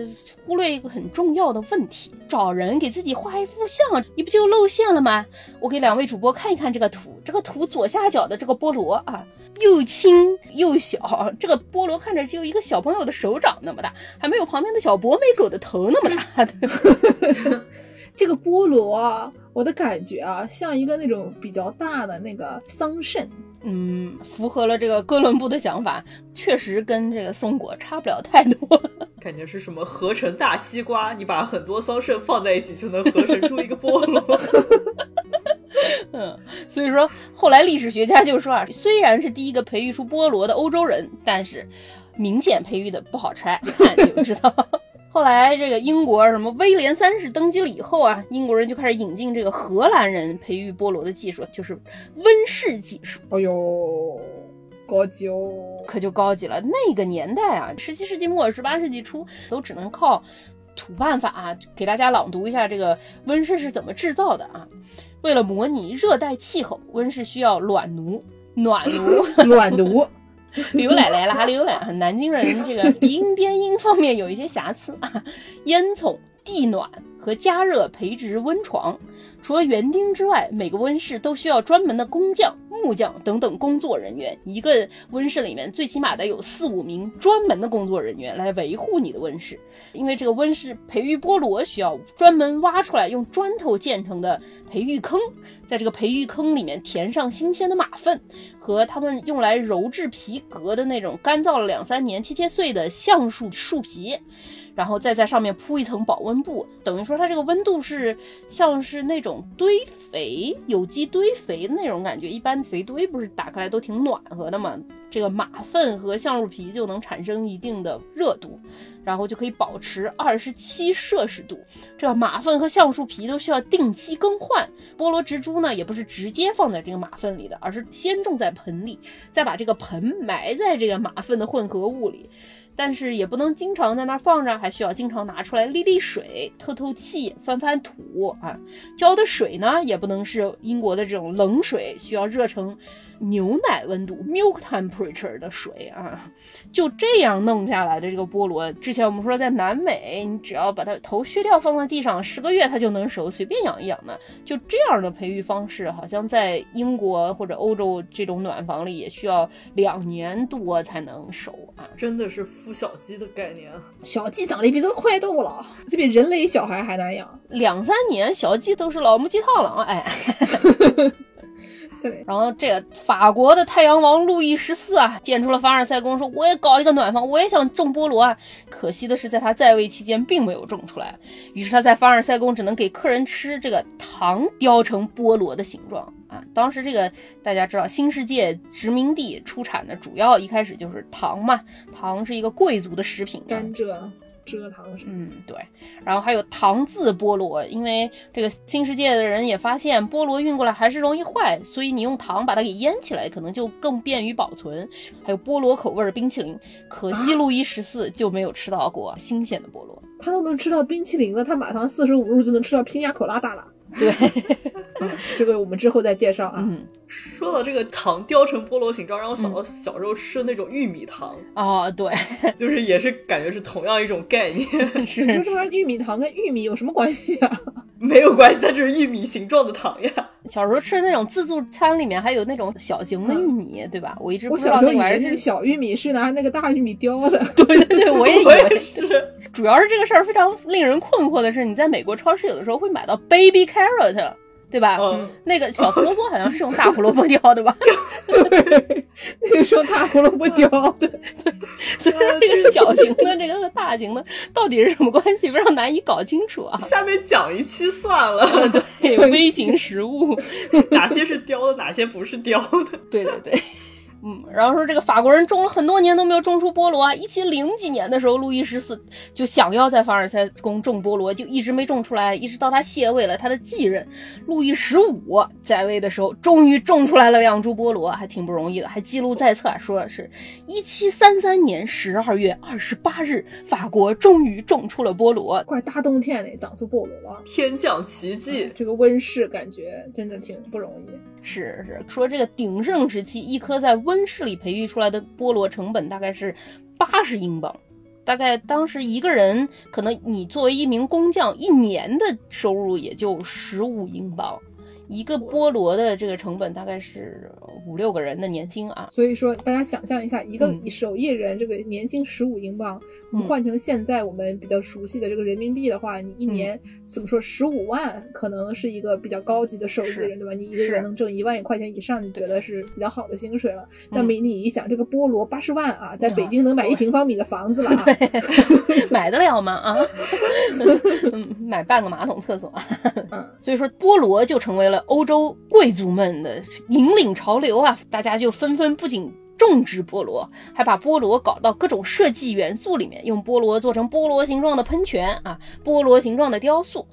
Speaker 3: 忽略一个很重要的问题：找人给自己画一幅像，你不就露馅了吗？我给两位主播看一看这个图，这个图左下角的这个菠萝啊，又轻又小，这个菠萝看着只有一个小朋友的手掌那么大，还没有旁边的小博美狗的头那么大， [LAUGHS] 对吧？
Speaker 1: 这个菠萝啊，我的感觉啊，像一个那种比较大的那个桑葚。
Speaker 3: 嗯，符合了这个哥伦布的想法，确实跟这个松果差不了太多。
Speaker 4: 感觉是什么合成大西瓜，你把很多桑葚放在一起就能合成出一个
Speaker 3: [LAUGHS]
Speaker 4: 菠萝。 [LAUGHS]
Speaker 3: 嗯，所以说后来历史学家就说啊，虽然是第一个培育出菠萝的欧洲人，但是明显培育的不好拆，看就知道。 [LAUGHS] 后来这个英国什么威廉三世登基了以后啊，英国人就开始引进这个荷兰人培育菠萝的技术，就是温室技术，
Speaker 1: 哎呦，高级哦！
Speaker 3: 可就高级了。那个年代啊，十七世纪末、十八世纪初都只能靠土办法啊，给大家朗读一下这个温室是怎么制造的啊。为了模拟热带气候，温室需要暖炉。暖炉，
Speaker 1: 暖炉，
Speaker 3: [LAUGHS] 刘奶奶啦，刘奶奶，南京人这个鼻音边音方面有一些瑕疵啊。烟囱、地暖和加热培植温床，除了园丁之外，每个温室都需要专门的工匠、木匠等等工作人员。一个温室里面最起码得有四五名专门的工作人员来维护你的温室，因为这个温室培育菠萝需要专门挖出来用砖头建成的培育坑，在这个培育坑里面填上新鲜的马粪。和他们用来揉制皮革的那种干燥了两三年、切切碎的橡树树皮，然后再在上面铺一层保温布，等于说它这个温度是像是那种堆肥、有机堆肥的那种感觉。一般肥堆不是打开来都挺暖和的嘛，这个马粪和橡树皮就能产生一定的热度，然后就可以保持二十七摄氏度。这马粪和橡树皮都需要定期更换。菠萝植株呢，也不是直接放在这个马粪里的，而是先种在盆里，再把这个盆埋在这个马粪的混合物里。但是也不能经常在那儿放着，还需要经常拿出来沥沥水、透透气、翻翻土啊。浇的水呢，也不能是英国的这种冷水，需要热成牛奶温度 （milk temperature） 的水啊。就这样弄下来的这个菠萝，之前我们说在南美，你只要把它头削掉放在地上，十个月它就能熟，随便养一养呢。就这样的培育方式，好像在英国或者欧洲这种暖房里也需要两年多才能熟啊。
Speaker 4: 真的是孵小鸡的概念啊，
Speaker 1: 小鸡长得比这个快多了，这比人类小孩还难养。
Speaker 3: 两三年小鸡都是老母鸡套了，哎，
Speaker 1: 对，
Speaker 3: 然后这个法国的太阳王路易十四啊，建出了凡尔赛宫，说我也搞一个暖房，我也想种菠萝啊。可惜的是，在他在位期间并没有种出来，于是他在凡尔赛宫只能给客人吃这个糖雕成菠萝的形状啊。当时这个大家知道，新世界殖民地出产的主要一开始就是糖嘛，糖是一个贵族的食品嘛，
Speaker 1: 甘蔗、蔗糖什么，
Speaker 3: 嗯，对。然后还有糖渍菠萝，因为这个新世界的人也发现菠萝运过来还是容易坏，所以你用糖把它给腌起来，可能就更便于保存。还有菠萝口味儿冰淇淋，可惜
Speaker 1: 啊
Speaker 3: 路易十四就没有吃到过新鲜的菠萝。
Speaker 1: 他都能吃到冰淇淋了，他马上四舍五入就能吃到皮亚口拉大了。 [LAUGHS] 啊
Speaker 3: 对，
Speaker 1: 这个我们之后再介绍啊。
Speaker 3: 嗯，
Speaker 4: 说到这个糖雕成菠萝形状，让我想到小时候吃的那种玉米糖，
Speaker 3: 哦，
Speaker 1: [LAUGHS]
Speaker 3: 嗯对，
Speaker 4: 就是也是感觉是同样一种概念，
Speaker 1: 你说
Speaker 3: 是
Speaker 1: 这玩意儿玉米糖跟玉米有什么关系 [LAUGHS] 啊？
Speaker 4: 没有关系，它就是玉米形状的糖呀。
Speaker 3: 小时候吃的那种自助餐里面还有那种小型的玉米，对吧？我一直
Speaker 1: 嗯
Speaker 3: 不
Speaker 1: 我
Speaker 3: 知
Speaker 1: 小
Speaker 3: 道
Speaker 1: 时候
Speaker 3: 那
Speaker 1: 以
Speaker 3: 玩
Speaker 1: 为
Speaker 3: 意
Speaker 1: 那
Speaker 3: 儿
Speaker 1: 个
Speaker 3: 是，
Speaker 1: 小玉米是拿那个大玉米雕 [LAUGHS] 的，
Speaker 3: 对 [LAUGHS] 对对， [LAUGHS] 我也以
Speaker 4: 我
Speaker 3: 为
Speaker 4: 也。是，
Speaker 3: 主要是这个事儿非常令人困惑的是，你在美国超市有的时候会买到 baby carrot，对
Speaker 1: 哦
Speaker 3: 吧？
Speaker 4: 嗯，
Speaker 3: 那个小胡萝卜好像是用大胡萝卜雕的吧？
Speaker 1: 那个时候大胡萝卜雕 [LAUGHS] 的，
Speaker 3: 所以说这个小型的这个和大型的到底是什么关系，非常难以搞清楚
Speaker 4: [LAUGHS]
Speaker 3: 啊。
Speaker 4: 下面讲一期算了，
Speaker 3: 这个微型食物，
Speaker 4: [LAUGHS] 哪些是雕的，哪些不是雕的。
Speaker 3: 对对对。 [LAUGHS] 嗯，然后说这个法国人种了很多年都没有种出菠萝啊，一七零几年的时候，路易十四就想要在凡尔赛宫种菠萝，就一直没种出来，一直到他卸位了，他的继任路易十五在位的时候，终于种出来了两株菠萝，还挺不容易的，还记录在册啊，说是一七三三年十二月二十八日，法国终于种出了菠萝，
Speaker 1: 快大冬天嘞，长出菠萝了。
Speaker 4: 天降奇迹，
Speaker 1: [LAUGHS] 这个温室感觉真的挺不容易。
Speaker 3: 是是，说这个鼎盛时期，一颗在温室里培育出来的菠萝成本大概是八十英镑，大概当时一个人可能你作为一名工匠，一年的收入也就十五英镑。一个菠萝的这个成本大概是五六个人的年薪啊， [LAUGHS]
Speaker 1: 所以说，大家想象一下，一个
Speaker 3: 嗯
Speaker 1: 手艺人这个年薪十五英镑，
Speaker 3: 嗯
Speaker 1: 换成现在我们比较熟悉的这个人民币的话，你一年
Speaker 3: 嗯
Speaker 1: 怎么说十五万，可能是一个比较高级的手艺
Speaker 3: 是
Speaker 1: 人，对吧？你一个
Speaker 3: 是
Speaker 1: 人能挣一万块钱以上，你觉得是比较好的薪水了。
Speaker 3: 嗯
Speaker 1: 但没你一想，这个菠萝八十万啊，在
Speaker 3: 啊
Speaker 1: 北京能买一
Speaker 3: 对
Speaker 1: 平方米的房子了
Speaker 3: [LAUGHS]
Speaker 1: 啊！
Speaker 3: 买得了吗？啊， [LAUGHS] 嗯买半个马桶厕所啊。
Speaker 1: 嗯，
Speaker 3: 所以说菠萝就成为了欧洲贵族们的引领潮流啊，大家就纷纷不仅。种植菠萝，还把菠萝搞到各种设计元素里面，用菠萝做成菠萝形状的喷泉啊，菠萝形状的雕塑，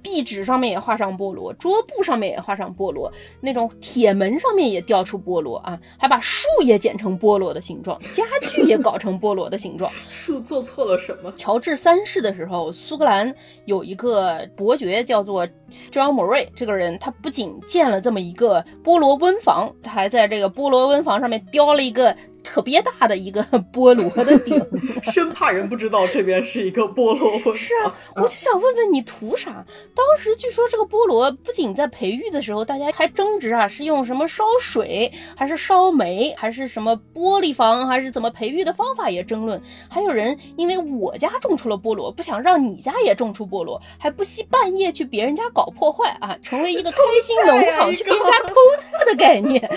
Speaker 3: 壁纸上面也画上菠萝，桌布上面也画上菠萝，那种铁门上面也雕出菠萝啊，还把树也剪成菠萝的形状，家具也搞成菠萝的形状，
Speaker 4: 树做错了什么？
Speaker 3: 乔治三世的时候，苏格兰有一个伯爵叫做 John Murray，这个人他不仅建了这么一个菠萝温房，他还在这个菠萝温房上面雕了一个特别大的一个 [LAUGHS] 菠萝的顶。
Speaker 4: 生怕人不知道这边是一个菠萝温
Speaker 3: [LAUGHS] 是
Speaker 4: 房
Speaker 3: 啊，我就想问问你图啥？当时据说这个菠萝不仅在培育的时候，大家还争执啊，是用什么烧水，还是烧煤，还是什么玻璃房，还是怎么培育的方法也争论。还有人因为我家种出了菠萝，不想让你家也种出菠萝，还不惜半夜去别人家搞破坏啊，成为一个开心农
Speaker 4: 菜啊
Speaker 3: 场，
Speaker 4: 一
Speaker 3: 去
Speaker 4: 个。
Speaker 3: 别人家偷菜的概念啊，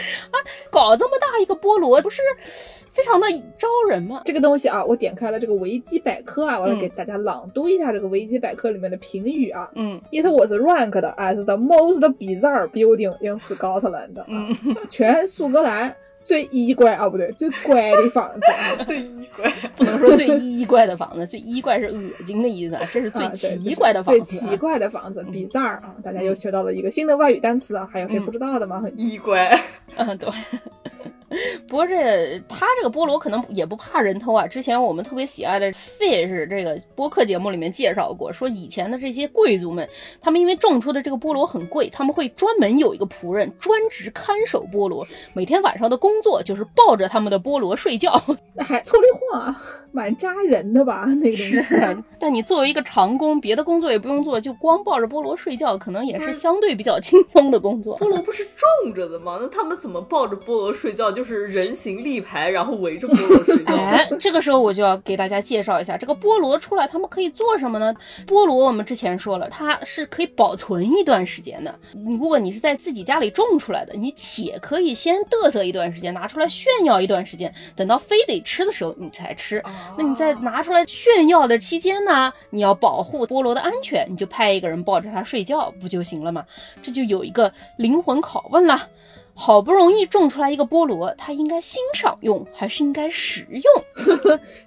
Speaker 3: 搞这么大一个菠萝，不是非常的招人吗？
Speaker 1: 这个东西啊，我点开了这个维基百科啊，我来
Speaker 3: 嗯
Speaker 1: 给大家朗读一下这个维基百科里面的评语啊。
Speaker 3: 嗯
Speaker 1: It was ranked as the most bizarre building in Scotland，、啊
Speaker 3: 嗯，
Speaker 1: 全苏格兰最衣怪啊，不对，最乖的房子啊
Speaker 4: [LAUGHS] 最衣怪，
Speaker 3: 不能说最一怪的房子，最一怪是恶心的意思，啊，这是 [LAUGHS] 最
Speaker 1: 啊对
Speaker 3: 奇怪的房子、
Speaker 1: 最奇，怪的房子
Speaker 3: 嗯
Speaker 1: ，bizarre 啊，大家又学到了一个新的外语单词啊，还有谁
Speaker 3: 嗯
Speaker 1: 不知道的吗？很
Speaker 4: 衣怪，
Speaker 3: 嗯，对。不过这他这个菠萝可能也不怕人偷啊。之前我们特别喜爱的 Fish 这个播客节目里面介绍过，说以前的这些贵族们，他们因为种出的这个菠萝很贵，他们会专门有一个仆人专职看守菠萝，每天晚上的工作就是抱着他们的菠萝睡觉。
Speaker 1: 那还错里晃啊，蛮扎人的吧？那个东西
Speaker 3: 是啊， [LAUGHS] 但你作为一个长工，别的工作也不用做，就光抱着菠萝睡觉，可能也是相对比较轻松的工作。
Speaker 4: 菠萝不是种着的吗？那他们怎么抱着菠萝睡觉？就就是人形立牌，然后围着菠萝睡觉。
Speaker 3: 哎，这个时候我就要给大家介绍一下，这个菠萝出来他们可以做什么呢？菠萝我们之前说了，它是可以保存一段时间的。如果你是在自己家里种出来的，你且可以先嘚瑟一段时间，拿出来炫耀一段时间，等到非得吃的时候你才吃。
Speaker 1: 啊
Speaker 3: [LAUGHS] 那你
Speaker 1: 哦
Speaker 3: 在拿出来炫耀的期间呢，你要保护菠萝的安全，你就派一个人抱着它睡觉不就行了吗？这就有一个灵魂拷问了。好不容易种出来一个菠萝，它应该欣赏用还是应该食用？。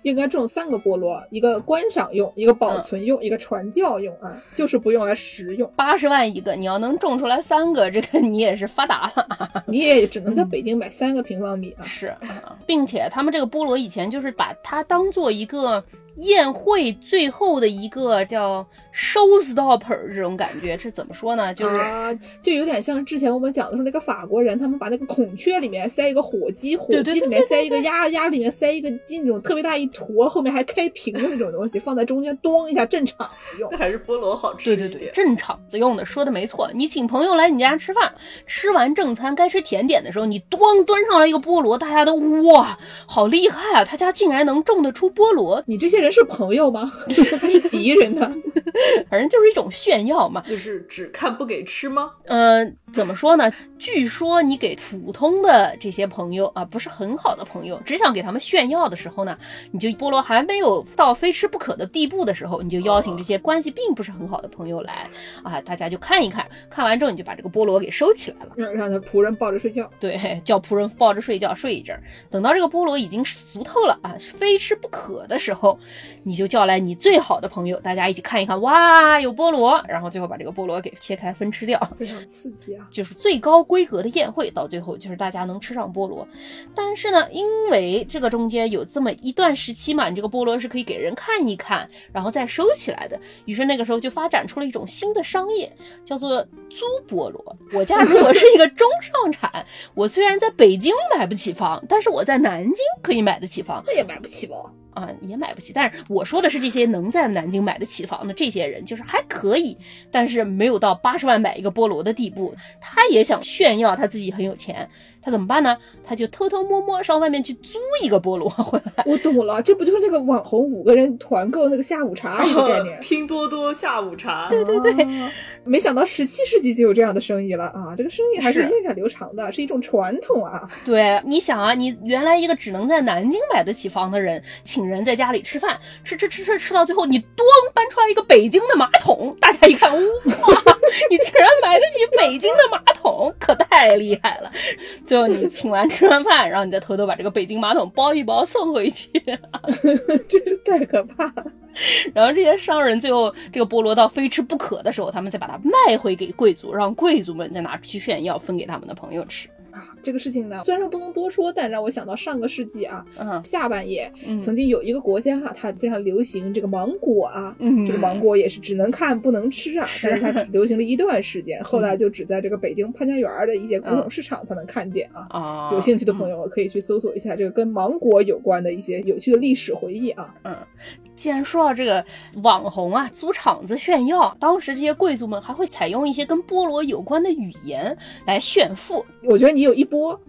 Speaker 1: 应该种三个菠萝，一个观赏用，一个保存用，一个传教用啊，就是不用来食用
Speaker 3: 八十万一个，你要能种出来三个，这个你也是发达了。
Speaker 1: 你也只
Speaker 3: 嗯
Speaker 1: 能在北京买三个平方米啊。
Speaker 3: 是，啊并且他们这个菠萝以前就是把它当做一个宴会最后的一个叫 show stopper 这种感觉，是怎么说呢？就是。
Speaker 1: 啊，就有点像之前我们讲的时候，那个法国人，他们把那个孔雀里面塞一个火鸡，火
Speaker 3: 对对
Speaker 1: 鸡里
Speaker 3: 对
Speaker 1: 面
Speaker 3: 对
Speaker 1: 塞
Speaker 3: 对
Speaker 1: 一个鸭，鸭里面塞一个鸡，那种特别大一坨，后面还开屏的那种东西，放在中间咚一下震场子用
Speaker 4: [LAUGHS] 那。还是菠萝好吃一
Speaker 3: 对
Speaker 4: 点。
Speaker 3: 对对，正场子用的，说的没错。你请朋友来你家吃饭，吃完正餐该吃甜点的时候，你咣端上来一个菠萝，大家都哇，好厉害啊！他家竟然能种得出菠萝，
Speaker 1: 你这些人是朋友吗？ [LAUGHS] 还是敌人呢？
Speaker 3: 反正就是一种炫耀嘛。
Speaker 4: 就是只看不给吃吗？
Speaker 3: 呃，怎么说呢？据说你给普通的这些朋友啊，不是很好的朋友，只想给他们炫耀的时候呢，你就菠萝还没有到非吃不可的地步的时候，你就邀请这些关系并不是很好的朋友来啊，大家就看一看，看完之后你就把这个菠萝给收起来了。
Speaker 1: 让让他仆人抱着睡觉。
Speaker 3: 对， [LAUGHS] 叫仆人抱着睡觉睡一阵儿，等到这个菠萝已经熟透了啊，是非吃不可的时候，你就叫来你最好的朋友，大家一起看一看，哇，有菠萝，然后最后把这个菠萝给切开分吃掉。
Speaker 1: 非常刺激啊！
Speaker 3: 就是最高规格的宴会，到最后就是大家能吃上菠萝。但是呢，因为这个中间有这么一段时期嘛，你这个菠萝是可以给人看一看，然后再收起来的。于是那个时候就发展出了一种新的商业，叫做租菠萝。我家如果是一个中上产，我虽然在北京买不起房，但是我在南京可以买得起房。
Speaker 1: 那也买不起吧？
Speaker 3: 啊，也买不起。但是我说的是这些能在南京买得起房的这些人，就是还可以，但是没有到八十万买一个菠萝的地步。他也想炫耀他自己很有钱，他怎么办呢？他就偷偷摸摸上外面去租一个菠萝回来。
Speaker 1: 我懂了，这不就是那个网红五个人团购那个下午茶一个概
Speaker 4: [LAUGHS]
Speaker 1: 念？
Speaker 4: 拼多多下午
Speaker 1: [LAUGHS]
Speaker 4: 茶，
Speaker 1: 对对对，没想到十七世纪就有这样的生意了啊！这个生意还是
Speaker 3: 是
Speaker 1: 源远流长的，是一种传统啊。
Speaker 3: 对，你想啊，你原来一个只能在南京买得起房的人，请人在家里吃饭，吃吃吃吃吃到最后，你咣搬出来一个北京的马桶，大家一看，哇，你竟然买得起北京的马桶，可太厉害了！最后你请完吃完饭，然后你再偷偷把这个北京马桶包一包送回去，
Speaker 1: [LAUGHS] 真是太可怕了！
Speaker 3: 然后这些商人最后这个菠萝到非吃不可的时候，他们再把它卖回给贵族，让贵族们再拿出去炫耀，分给他们的朋友吃。
Speaker 1: 啊，这个事情呢，虽然说不能多说，但让我想到上个世纪啊，
Speaker 3: 嗯
Speaker 1: 下半叶
Speaker 3: 嗯
Speaker 1: 曾经有一个国家啊，它非常流行这个芒果啊。
Speaker 3: 嗯
Speaker 1: 这个芒果也是只能看不能吃啊，
Speaker 3: 是
Speaker 1: 但是它只流行了一段时间，后来就只在这个北京潘家园儿的一些古董
Speaker 3: 嗯
Speaker 1: 市场才能看见啊。
Speaker 3: 啊，
Speaker 1: 有兴趣的
Speaker 3: 嗯
Speaker 1: 朋友可以去搜索一下这个跟芒果有关的一些有趣的历史回忆啊。
Speaker 3: 既然说到这个网红啊，租场子炫耀，当时这些贵族们还会采用一些跟菠萝有关的语言来炫富。
Speaker 1: 我觉得你有一波，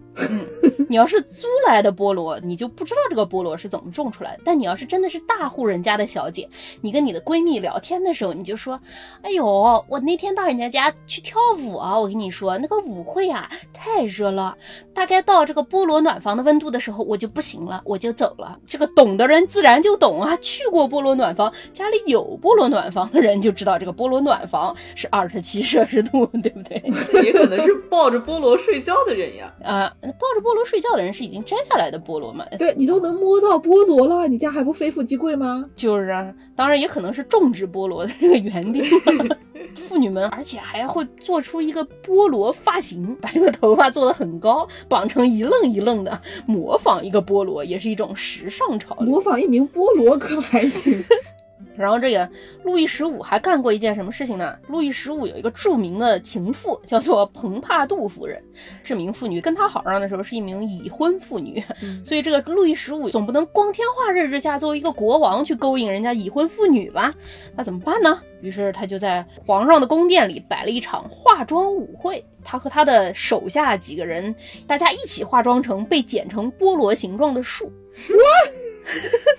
Speaker 3: 你要是租来的菠萝，你就不知道这个菠萝是怎么种出来的。但你要是真的是大户人家的小姐，你跟你的闺蜜聊天的时候，你就说：“哎呦，我那天到人家家去跳舞啊，我跟你说那个舞会啊太热了，大概到这个菠萝暖房的温度的时候，我就不行了，我就走了。”这个懂的人自然就懂啊，去过菠萝暖房，家里有菠萝暖房的人就知道这个菠萝暖房是二十七摄氏度，对不对？
Speaker 4: 也可能是抱着菠萝睡觉的人呀。
Speaker 3: 啊、抱着菠萝睡觉的人是已经摘下来的菠萝嘛？
Speaker 1: 对你都能摸到菠萝了，你家还不非富即贵吗？
Speaker 3: 就是啊，当然也可能是种植菠萝的这个园丁，妇女们，而且还会做出一个菠萝发型，把这个头发做得很高，绑成一愣一愣的，哦模仿一个菠萝，也是一种时尚潮流。
Speaker 1: 模仿一名菠萝可还行？
Speaker 3: 然后这个路易十五还干过一件什么事情呢？路易十五有一个著名的情妇，叫做蓬帕杜夫人。这名妇女跟他好上的时候是一名已婚妇女，所以这个路易十五总不能光天化日之下作为一个国王去勾引人家已婚妇女吧？那怎么办呢？于是他就在皇上的宫殿里摆了一场化妆舞会，他和他的手下几个人，大家一起化妆成被剪成菠萝形状的树。 [LAUGHS]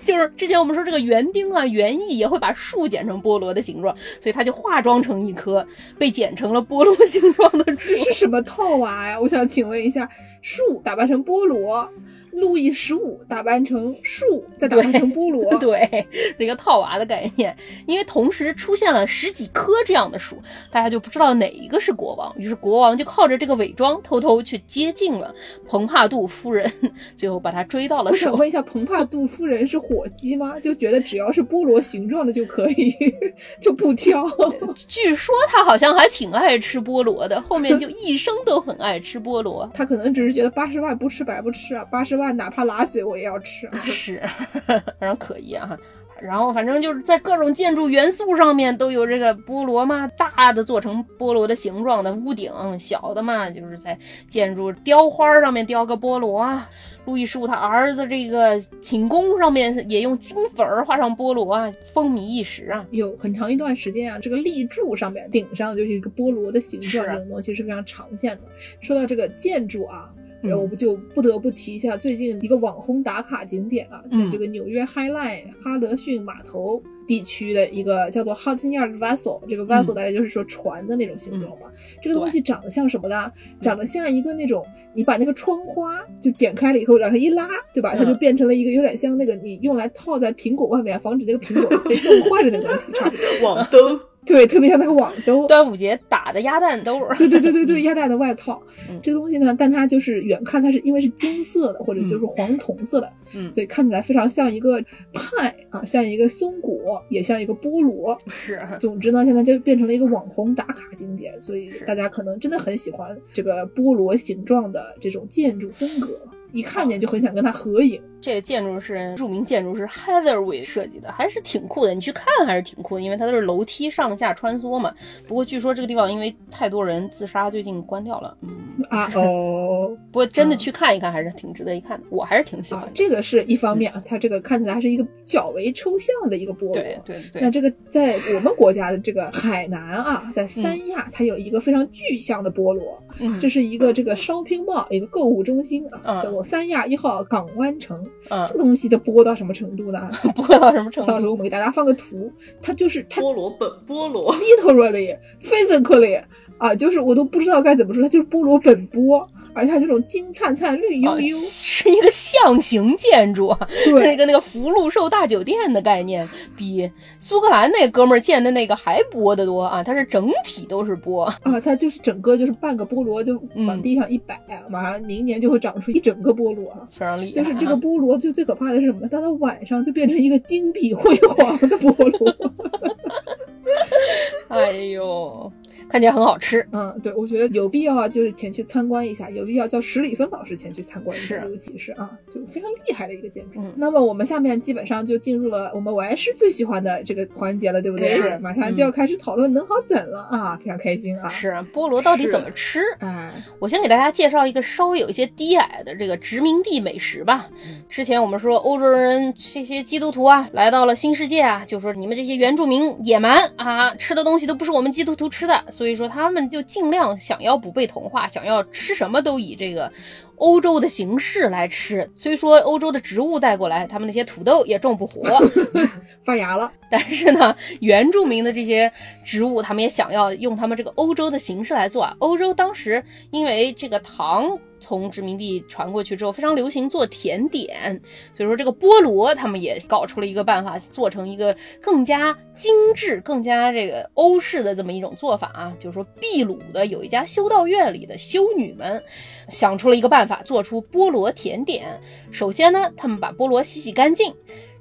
Speaker 3: 就是之前我们说这个园丁啊，园艺也会把树剪成菠萝的形状，所以他就化妆成一棵被剪成了菠萝形状的树
Speaker 1: 这。是什么套娃呀？我想请问一下，树打扮成菠萝，路易十五打扮成树，再打扮成菠 [LAUGHS] 萝，
Speaker 3: 对，是一个套娃的概念。因为同时出现了十几棵这样的树，大家就不知道哪一个是国王，于是国王就靠着这个伪装偷偷去接近了蓬帕杜夫人，最后把她追到了
Speaker 1: 我想
Speaker 3: 手。
Speaker 1: 问一下，蓬帕杜夫人是火鸡吗？就觉得只要是菠萝形状的就可以， [LAUGHS] 就不挑。 [LAUGHS]
Speaker 3: 据说她好像还挺爱吃菠萝的，后面就一生都很爱吃菠萝。
Speaker 1: 她可能只是觉得八十万不吃白不吃啊，八十万哪怕拉嘴我也要吃啊。
Speaker 3: 是，非常可疑啊。然后反正就是在各种建筑元素上面都有这个菠萝嘛，大的做成菠萝的形状的屋顶，小的嘛就是在建筑雕花儿上面雕个菠萝啊。路易十五他儿子这个寝宫上面也用金粉儿画上菠萝啊，风靡一时啊。
Speaker 1: 有很长一段时间啊，这个立柱上面顶上就是一个菠萝的形状，
Speaker 3: 是
Speaker 1: 这种东西是非常常见的。说到这个建筑啊。
Speaker 3: 嗯
Speaker 1: 呃我们就不得不提一下最近一个网红打卡景点啊，
Speaker 3: 嗯
Speaker 1: 在这个纽约 High Line 哈德逊码头地区的一个叫做 Hudson Yard Vessel，这个
Speaker 3: 嗯
Speaker 1: vessel 大概就是说船的那种形状吧。这个东西长得像什么呢？长得像一个那种你把那个窗花就剪开了以后，然后一拉，对吧？它就
Speaker 3: 嗯
Speaker 1: 变成了一个有点像那个你用来套在苹果外面，防止那个苹果被撞坏的那个东西，差不多。
Speaker 4: 网兜，
Speaker 1: 对，特别像那个网兜。
Speaker 3: 端午节打的鸭蛋兜儿，
Speaker 1: 对对对对对，鸭蛋的外套
Speaker 3: 嗯，
Speaker 1: 这个东西呢，但它就是远看它是因为是金色的或者就是黄铜色的，
Speaker 3: 嗯
Speaker 1: 所以看起来非常像一个派啊，像一个松果，也像一个菠萝。
Speaker 3: [LAUGHS] 是啊
Speaker 1: 总之呢，现在就变成了一个网红打卡景点，所以
Speaker 3: 是
Speaker 1: 大家可能真的很喜欢这个菠萝形状的这种建筑风格，一看见就很想跟它合影。
Speaker 3: 这个建筑是著名建筑师 Hathaway 设计的，还是挺酷的。你去看还是挺酷的，因为它都是楼梯上下穿梭嘛。不过据说这个地方因为太多人自杀，最近关掉了。嗯，
Speaker 1: 啊哦，
Speaker 3: 不过真的去看一看还是挺值得一看的，我还是挺喜欢
Speaker 1: 啊
Speaker 3: 的。，
Speaker 1: 这个是一方面啊，它这个看起来还是一个较为抽象的一个菠萝。
Speaker 3: 对对
Speaker 1: 那
Speaker 3: 对，
Speaker 1: 这个在我们国家的这个海南啊，在三亚，它有一个非常具象的菠萝，
Speaker 3: 嗯
Speaker 1: 这是一个这个 shopping mall，一个购物中心啊，
Speaker 3: 嗯
Speaker 1: 叫做三亚一号港湾城。
Speaker 3: 嗯 [LAUGHS]
Speaker 1: 这，个东西都播到什么程度呢？
Speaker 3: 不过到什么程
Speaker 1: 到时
Speaker 3: 度？哦
Speaker 1: 候我们给大家放个图，它就是它
Speaker 4: 菠萝本菠萝，
Speaker 1: literally physically 啊，就是我都不知道该怎么说，它就是菠萝本菠，而且它这种金灿灿、绿油
Speaker 3: 啊
Speaker 1: 油，
Speaker 3: 是一个象形建筑啊，是一
Speaker 1: 对。
Speaker 3: 个那个福禄寿大酒店的概念，比苏格兰那哥们儿建的那个还波得多啊！它是整体都是波，
Speaker 1: 啊，它就是整个就是半个菠萝就往
Speaker 3: 嗯
Speaker 1: 地上一摆，啊马上明年就会长出一整个菠萝啊！
Speaker 3: 非常厉害
Speaker 1: 就
Speaker 3: 啊。
Speaker 1: 是这个菠萝，就最可怕的是什么呢？当它晚上就变成一个金碧辉煌的菠萝。 [LAUGHS]
Speaker 3: 哎呦，看起来很好吃。
Speaker 1: 嗯，对，我觉得有必要啊，就是前去参观一下，有必要叫史里芬老师前去参观一下，
Speaker 3: 是
Speaker 1: 尤其是啊，就非常厉害的一个建筑。
Speaker 3: 嗯
Speaker 1: 那么我们下面基本上就进入了我们我还是最喜欢的这个环节了，对不对？
Speaker 3: 是嗯
Speaker 1: 马上就要开始讨论能好怎了啊，非常开心啊。
Speaker 3: 是菠萝到底怎么吃？
Speaker 1: 哎，
Speaker 3: 我先给大家介绍一个稍微有一些低矮的这个殖民地美食吧。之前我们说欧洲人这些基督徒啊，来到了新世界啊，就说你们这些原住民野蛮啊，吃的东西都不是我们基督徒吃的，所以说他们就尽量想要不被同化，想要吃什么都以这个。欧洲的形式来吃，虽说欧洲的植物带过来，他们那些土豆也种不活，
Speaker 1: 发芽了，
Speaker 3: 但是呢，原住民的这些植物，他们也想要用他们这个欧洲的形式来做啊。欧洲当时因为这个糖从殖民地传过去之后，非常流行做甜点，所以说这个菠萝他们也搞出了一个办法，做成一个更加精致、更加这个欧式的这么一种做法啊。就是说，秘鲁的有一家修道院里的修女们想出了一个办法，做出菠萝甜点。首先呢，他们把菠萝洗洗干净，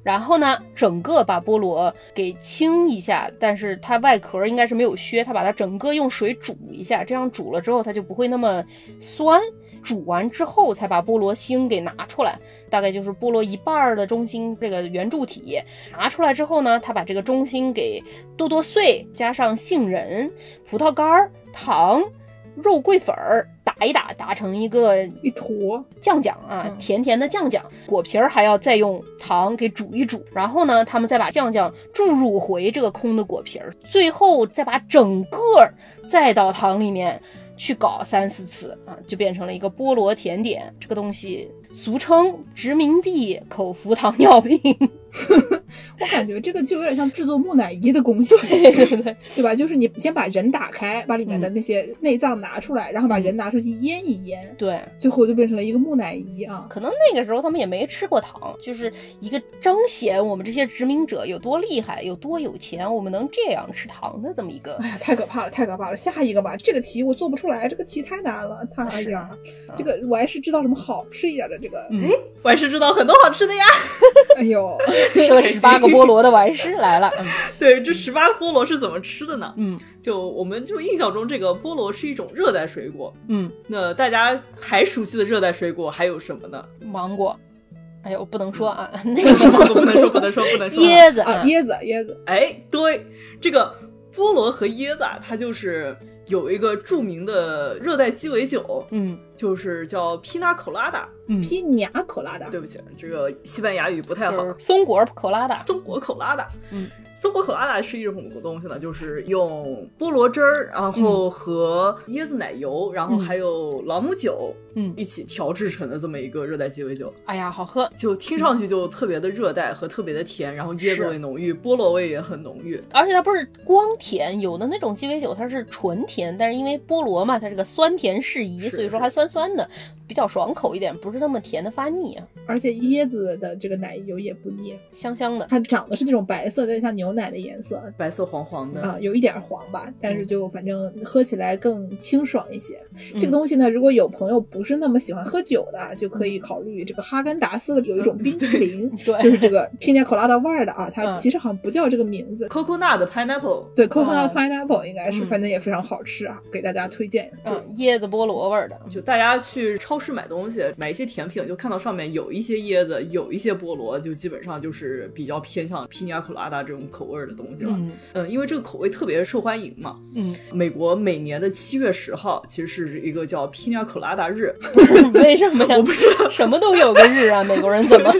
Speaker 3: 然后呢，整个把菠萝给清一下，但是它外壳应该是没有削，它把它整个用水煮一下，这样煮了之后它就不会那么酸。煮完之后才把菠萝心给拿出来，大概就是菠萝一半儿的中心这个圆柱体拿出来之后呢，他把这个中心给剁剁碎，加上杏仁、葡萄干儿、糖、肉桂粉儿打一打，打成一个
Speaker 1: 一坨，
Speaker 3: 酱酱啊，甜甜的酱酱，果皮儿还要再用糖给煮一煮，然后呢，他们再把酱酱注入回这个空的果皮儿，最后再把整个儿再到糖里面去搞三四次啊，就变成了一个菠萝甜点。这个东西俗称殖民地口服糖尿病， [LAUGHS]
Speaker 1: 我感觉这个就有点像制作木乃伊的工具，
Speaker 3: 对对对，
Speaker 1: 对吧？就是你先把人打开，把里面
Speaker 3: 嗯
Speaker 1: 的那些内脏拿出来，然后把人拿出去腌一腌，
Speaker 3: 对，
Speaker 1: 最后就变成了一个木乃伊啊。
Speaker 3: 可能那个时候他们也没吃过糖，就是一个彰显我们这些殖民者有多厉害、有多有钱，我们能这样吃糖的这么一个
Speaker 1: 哎呀，太可怕了，太可怕了！下一个吧，这个题我做不出来，这个题太难了，太哎
Speaker 3: 是啊
Speaker 1: 呀，这个我还是知道什么好吃一点的这个，
Speaker 3: 嗯
Speaker 4: 我还是知道很多好吃的呀。 [LAUGHS]
Speaker 1: 哎
Speaker 3: [LAUGHS]
Speaker 1: 呦，
Speaker 3: 这十八个菠萝的完事来
Speaker 4: [LAUGHS]
Speaker 3: 了。
Speaker 4: 对，这十八菠萝是怎么吃的呢？
Speaker 3: 嗯
Speaker 4: 就我们就印象中，这个菠萝是一种热带水果。
Speaker 3: 嗯，
Speaker 4: 那大家还熟悉的热带水果还有什么呢？
Speaker 3: 嗯芒果，哎呦，不能说
Speaker 4: [LAUGHS]
Speaker 3: 啊，那
Speaker 4: 不能
Speaker 3: 个 [LAUGHS]
Speaker 4: 说，不能说，不能说，不能说。
Speaker 3: 椰子
Speaker 1: 啊，
Speaker 3: 啊，
Speaker 1: 椰子椰子，
Speaker 4: 哎，对，这个菠萝和椰子，啊，它就是有一个著名的热带鸡尾酒，
Speaker 3: 嗯
Speaker 4: 就是叫 Pina Colada。
Speaker 3: 嗯，
Speaker 1: 皮尼亚可拉达，
Speaker 4: 对不起，这个西班牙语不太好。
Speaker 3: 就是松果可拉达，
Speaker 4: 中国口拉达，
Speaker 3: 嗯，
Speaker 4: 中国口拉达是一种什么东西呢？就是用菠萝汁儿，然
Speaker 3: 嗯
Speaker 4: 后和椰子奶油，然后还有朗姆酒，
Speaker 3: 嗯
Speaker 4: 一起调制成的这么一个热带鸡尾酒，
Speaker 3: 哎呀，好喝，
Speaker 4: 就听上去就特别的热带和特别的甜，然后椰子
Speaker 3: 是
Speaker 4: 味浓郁，菠萝味也很浓郁。
Speaker 3: 而且它不是光甜，有的那种鸡尾酒它是纯甜，但是因为菠萝嘛，它这个酸甜适宜，
Speaker 4: 是
Speaker 3: 所以说
Speaker 4: 是
Speaker 3: 还酸酸的，比较爽口一点，不是那么甜的发腻啊，
Speaker 1: 而且椰子的这个奶油也不腻，
Speaker 3: 香香的。
Speaker 1: 它长得是那种白色，有点像牛奶的颜色
Speaker 4: 白色黄黄
Speaker 3: 嗯
Speaker 4: 的，
Speaker 1: 啊，有一点黄吧，但是就反正喝起来更清爽一些。
Speaker 3: 嗯
Speaker 1: 这个东西呢，如果有朋友不是那么喜欢喝酒的啊，就可以考虑这个哈根达斯有一种冰淇淋，
Speaker 3: 嗯对
Speaker 1: 就是这个 pina colada 味儿的啊，它
Speaker 3: 嗯
Speaker 1: 其实好像不叫这个名字。
Speaker 4: coconut 的 pineapple，
Speaker 1: 对，coconut
Speaker 3: 啊
Speaker 1: pineapple 应该是，
Speaker 3: 嗯
Speaker 1: 反正也非常好吃啊，给大家推荐。
Speaker 3: 嗯，椰子菠萝味儿的，
Speaker 4: 就大家去超市买东西，买一些甜品，就看到上面有一些椰子，有一些菠萝，就基本上就是比较偏向皮尼亚 colada 这种口味儿的东西了。
Speaker 3: 嗯
Speaker 4: 嗯，因为这个口味特别受欢迎嘛。
Speaker 3: 嗯， [LAUGHS]
Speaker 4: 美国每年的七月十号其实是一个叫 Pina Colada 日， [LAUGHS]
Speaker 3: 为什么呀
Speaker 4: 我？不知道，
Speaker 3: 什么都有个日啊，美国人怎
Speaker 4: [LAUGHS]
Speaker 3: 么？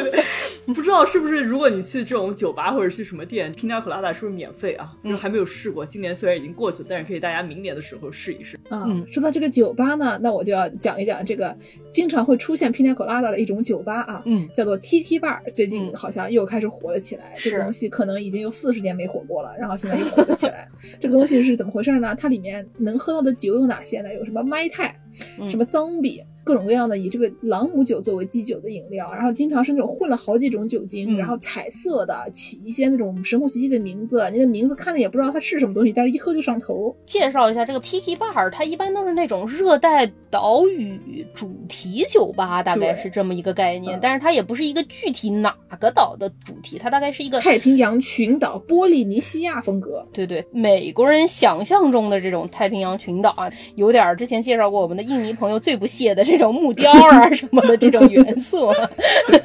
Speaker 4: 不知道是不是如果你去这种酒吧或者去什么店，Pina Colada 是不是免费啊？就是还没有试过，今年虽然已经过去了，但是可以大家明年的时候试一试。
Speaker 1: 啊，
Speaker 3: 嗯
Speaker 1: 说到这个酒吧呢，那我就要讲一讲这个经常会出现 Pina Colada 的一种酒吧啊，
Speaker 3: 嗯，
Speaker 1: 叫做 Tiki Bar，最近
Speaker 3: 嗯
Speaker 1: 好像又开始火了起来。这个
Speaker 3: 是
Speaker 1: 东西可能已经有四十年没火过了，然后现在又火了起来。 [LAUGHS] 这个东西是怎么回事呢？它里面能喝到的酒有哪些呢？有什么麦泰，
Speaker 3: 嗯
Speaker 1: 什么脏比。各种各样的以这个朗姆酒作为基酒的饮料，然后经常是那种混了好几种酒精，
Speaker 3: 嗯
Speaker 1: 然后彩色的，起一些那种神乎其技的名字，你的名字看着也不知道它是什么东西，但是一喝就上头。
Speaker 3: 介绍一下这个 Tiki Bar，它一般都是那种热带岛屿主题酒吧，大概
Speaker 1: 对
Speaker 3: 是这么一个概念
Speaker 1: 嗯。
Speaker 3: 但是它也不是一个具体哪个岛的主题，它大概是一个
Speaker 1: 太平洋群岛波利尼西亚风格，
Speaker 3: 对对美国人想象中的这种太平洋群岛啊，有点儿之前介绍过我们的印尼朋友最不屑的这种木雕啊什么的这种元素
Speaker 1: [LAUGHS]
Speaker 3: 啊。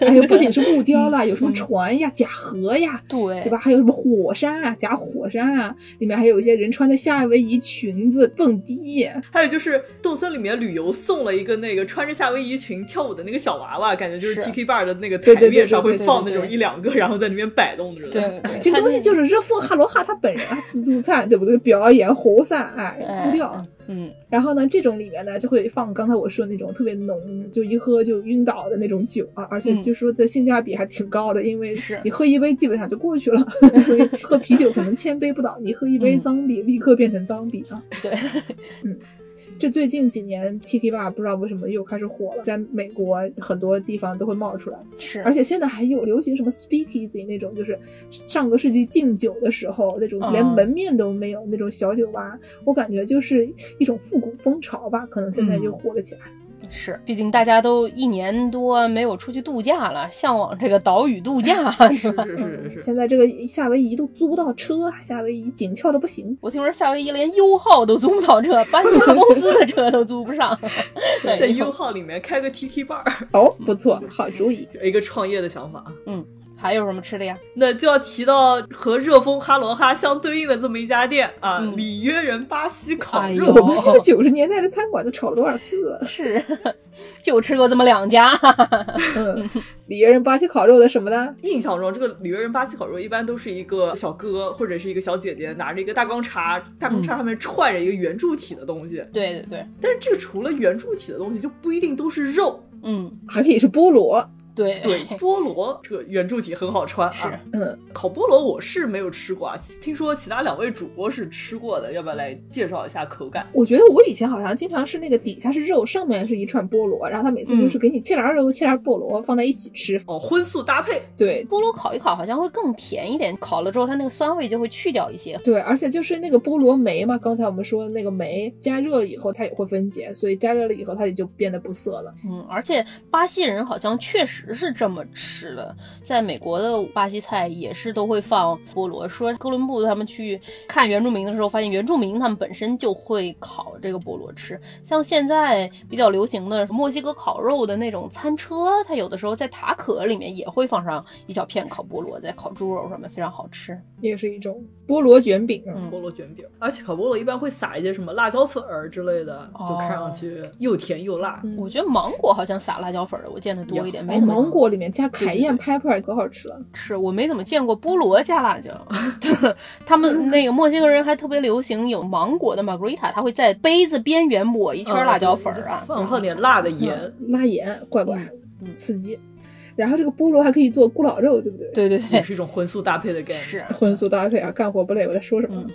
Speaker 1: 哎呦，不仅是木雕
Speaker 3: [LAUGHS] 嗯
Speaker 1: 啦，有什么船呀、假河呀，
Speaker 3: 对
Speaker 1: 对吧？？还有什么火山啊、假火山啊，里面还有一些人穿着夏威夷裙子蹦迪，
Speaker 4: 还有就是动森里面旅游送了一个那个穿着夏威夷裙跳舞的那个小娃娃，感觉就是
Speaker 3: 是
Speaker 4: Tiki Bar 的那个
Speaker 1: 对
Speaker 4: 台
Speaker 1: 对对
Speaker 4: 面上
Speaker 1: 对
Speaker 4: 会
Speaker 1: 对对
Speaker 4: 放那
Speaker 3: 对
Speaker 4: 种一两个，然后在那边摆动的人。
Speaker 3: 对， [LAUGHS] 对
Speaker 1: 啊这个东西就是是热风哈罗哈他本人啊自助餐，对不对？表演活塞，哎，步调。
Speaker 3: 嗯
Speaker 1: 然后呢，这种里面呢就会放刚才我说的那种特别浓，就一喝就晕倒的那种酒啊，而且
Speaker 3: 嗯
Speaker 1: 据说这性价比还挺高的，因为
Speaker 3: 是
Speaker 1: 你喝一杯基本上就过去
Speaker 3: [LAUGHS]
Speaker 1: 了，所以喝啤酒可能千杯不倒，你喝一杯
Speaker 3: 嗯
Speaker 1: 脏比立刻变成脏比啊。嗯
Speaker 3: 对，
Speaker 1: 这最近几年 Tiki Bar 不知道为什么又开始火了，在美国很多地方都会冒出来，
Speaker 3: 是
Speaker 1: 而且现在还有流行什么 Speakeasy 那种，就是上个世纪禁酒的时候那种
Speaker 3: 嗯
Speaker 1: 连门面都没有那
Speaker 4: 嗯
Speaker 1: 种小酒吧，我感觉就是一种复古风潮吧，可能现在又火了起来。
Speaker 3: 是，毕竟大家都一年多没有出去度假了，向往这个岛屿
Speaker 1: [LAUGHS]
Speaker 3: 度假，
Speaker 4: 是
Speaker 3: 是吧？
Speaker 4: 是是是是，
Speaker 1: 嗯现在这个夏威夷都租不到车，啊夏威夷紧俏的不
Speaker 4: [LAUGHS]
Speaker 1: 行。
Speaker 3: 我听说夏威夷连优号都租不到车，搬家公司的车都租不上。 [LAUGHS] 哎
Speaker 4: 在
Speaker 3: 呦
Speaker 4: U 号里面开个 TT bar，
Speaker 1: 哦，不错，好主
Speaker 4: [LAUGHS]
Speaker 1: 意。
Speaker 4: 一个创业的想法。
Speaker 3: [LAUGHS]
Speaker 4: 啊
Speaker 3: 还有什么吃的呀？
Speaker 4: 那就要提到和热风哈罗哈相对应的这么一家店啊，
Speaker 3: 嗯
Speaker 4: 里约人巴西烤
Speaker 3: 哎
Speaker 4: 肉
Speaker 3: 呦
Speaker 1: 我们这个九十年代的餐馆都炒了多少次了？
Speaker 3: 是， [LAUGHS] 就吃过这么两家。 [LAUGHS]
Speaker 4: [LAUGHS]
Speaker 1: 嗯，里约人巴西烤肉的什么呢？
Speaker 4: 印象中，这个里约人巴西烤肉一般都是一个小哥或者是一个小姐姐拿着一个大钢叉，大钢叉上面串着一个圆柱体的东西。
Speaker 3: 对对对，
Speaker 4: 但是这个除了圆柱体的东西，就不一定都是
Speaker 3: [LAUGHS]
Speaker 4: 肉。
Speaker 3: 嗯，
Speaker 1: 还可以是菠萝。
Speaker 3: 对
Speaker 4: 对，菠萝这个圆柱体很好穿
Speaker 3: 是
Speaker 4: 啊。
Speaker 1: 嗯，
Speaker 4: 烤菠萝我是没有吃过啊，听说其他两位主播是吃过的，要不要来介绍一下口感？
Speaker 1: 我觉得我以前好像经常是那个底下是肉，上面是一串菠萝，然后他每次就是给你切点儿肉、切点儿菠萝放在一起吃。
Speaker 4: 哦，荤素搭配，
Speaker 1: 对
Speaker 3: 菠萝烤一烤好像会更甜一点，烤了之后它那个酸味就会去掉一些。
Speaker 1: 对，而且就是那个菠萝酶嘛，刚才我们说的那个酶加热了以后它也会分解，所以加热了以后它也就变得不涩了。
Speaker 3: 嗯，而且巴西人好像确实是这么吃的，在美国的巴西菜也是都会放菠萝。说哥伦布他们去看原住民的时候，发现原住民他们本身就会烤这个菠萝吃。像现在比较流行的墨西哥烤肉的那种餐车，它有的时候在塔可里面也会放上一小片烤菠萝，在烤猪肉上面非常好吃。
Speaker 1: 也是一种菠萝卷饼啊，
Speaker 3: 嗯
Speaker 4: 菠萝卷饼，而且烤菠萝一般会撒一些什么辣椒粉儿之类的，
Speaker 3: 哦
Speaker 4: 就看上去又甜又辣。
Speaker 1: 嗯
Speaker 3: 我觉得芒果好像撒辣椒粉儿的，我见的多一点，没
Speaker 1: 哎，
Speaker 3: 怎么
Speaker 1: 芒果里面加
Speaker 4: 对
Speaker 1: 凯
Speaker 4: 对
Speaker 1: 宴
Speaker 4: 对
Speaker 1: pepper 可好吃了。
Speaker 3: 吃，我没怎么见过菠萝加辣椒。 [LAUGHS] 对他们
Speaker 4: 嗯
Speaker 3: 那个墨西哥人还特别流行有芒果的 margarita，他会在杯子边缘抹一圈辣椒粉儿啊
Speaker 4: 嗯，放放点辣的盐。
Speaker 3: [LAUGHS]
Speaker 1: 嗯拉盐，怪怪
Speaker 3: 嗯嗯
Speaker 1: 刺激。然后这个菠萝还可以做咕老肉，对不对？
Speaker 3: 对对
Speaker 4: 也
Speaker 3: 对，
Speaker 4: 是一种荤素搭配的概念。
Speaker 3: 是，
Speaker 1: 荤素搭配啊，干活不累，我在说什么？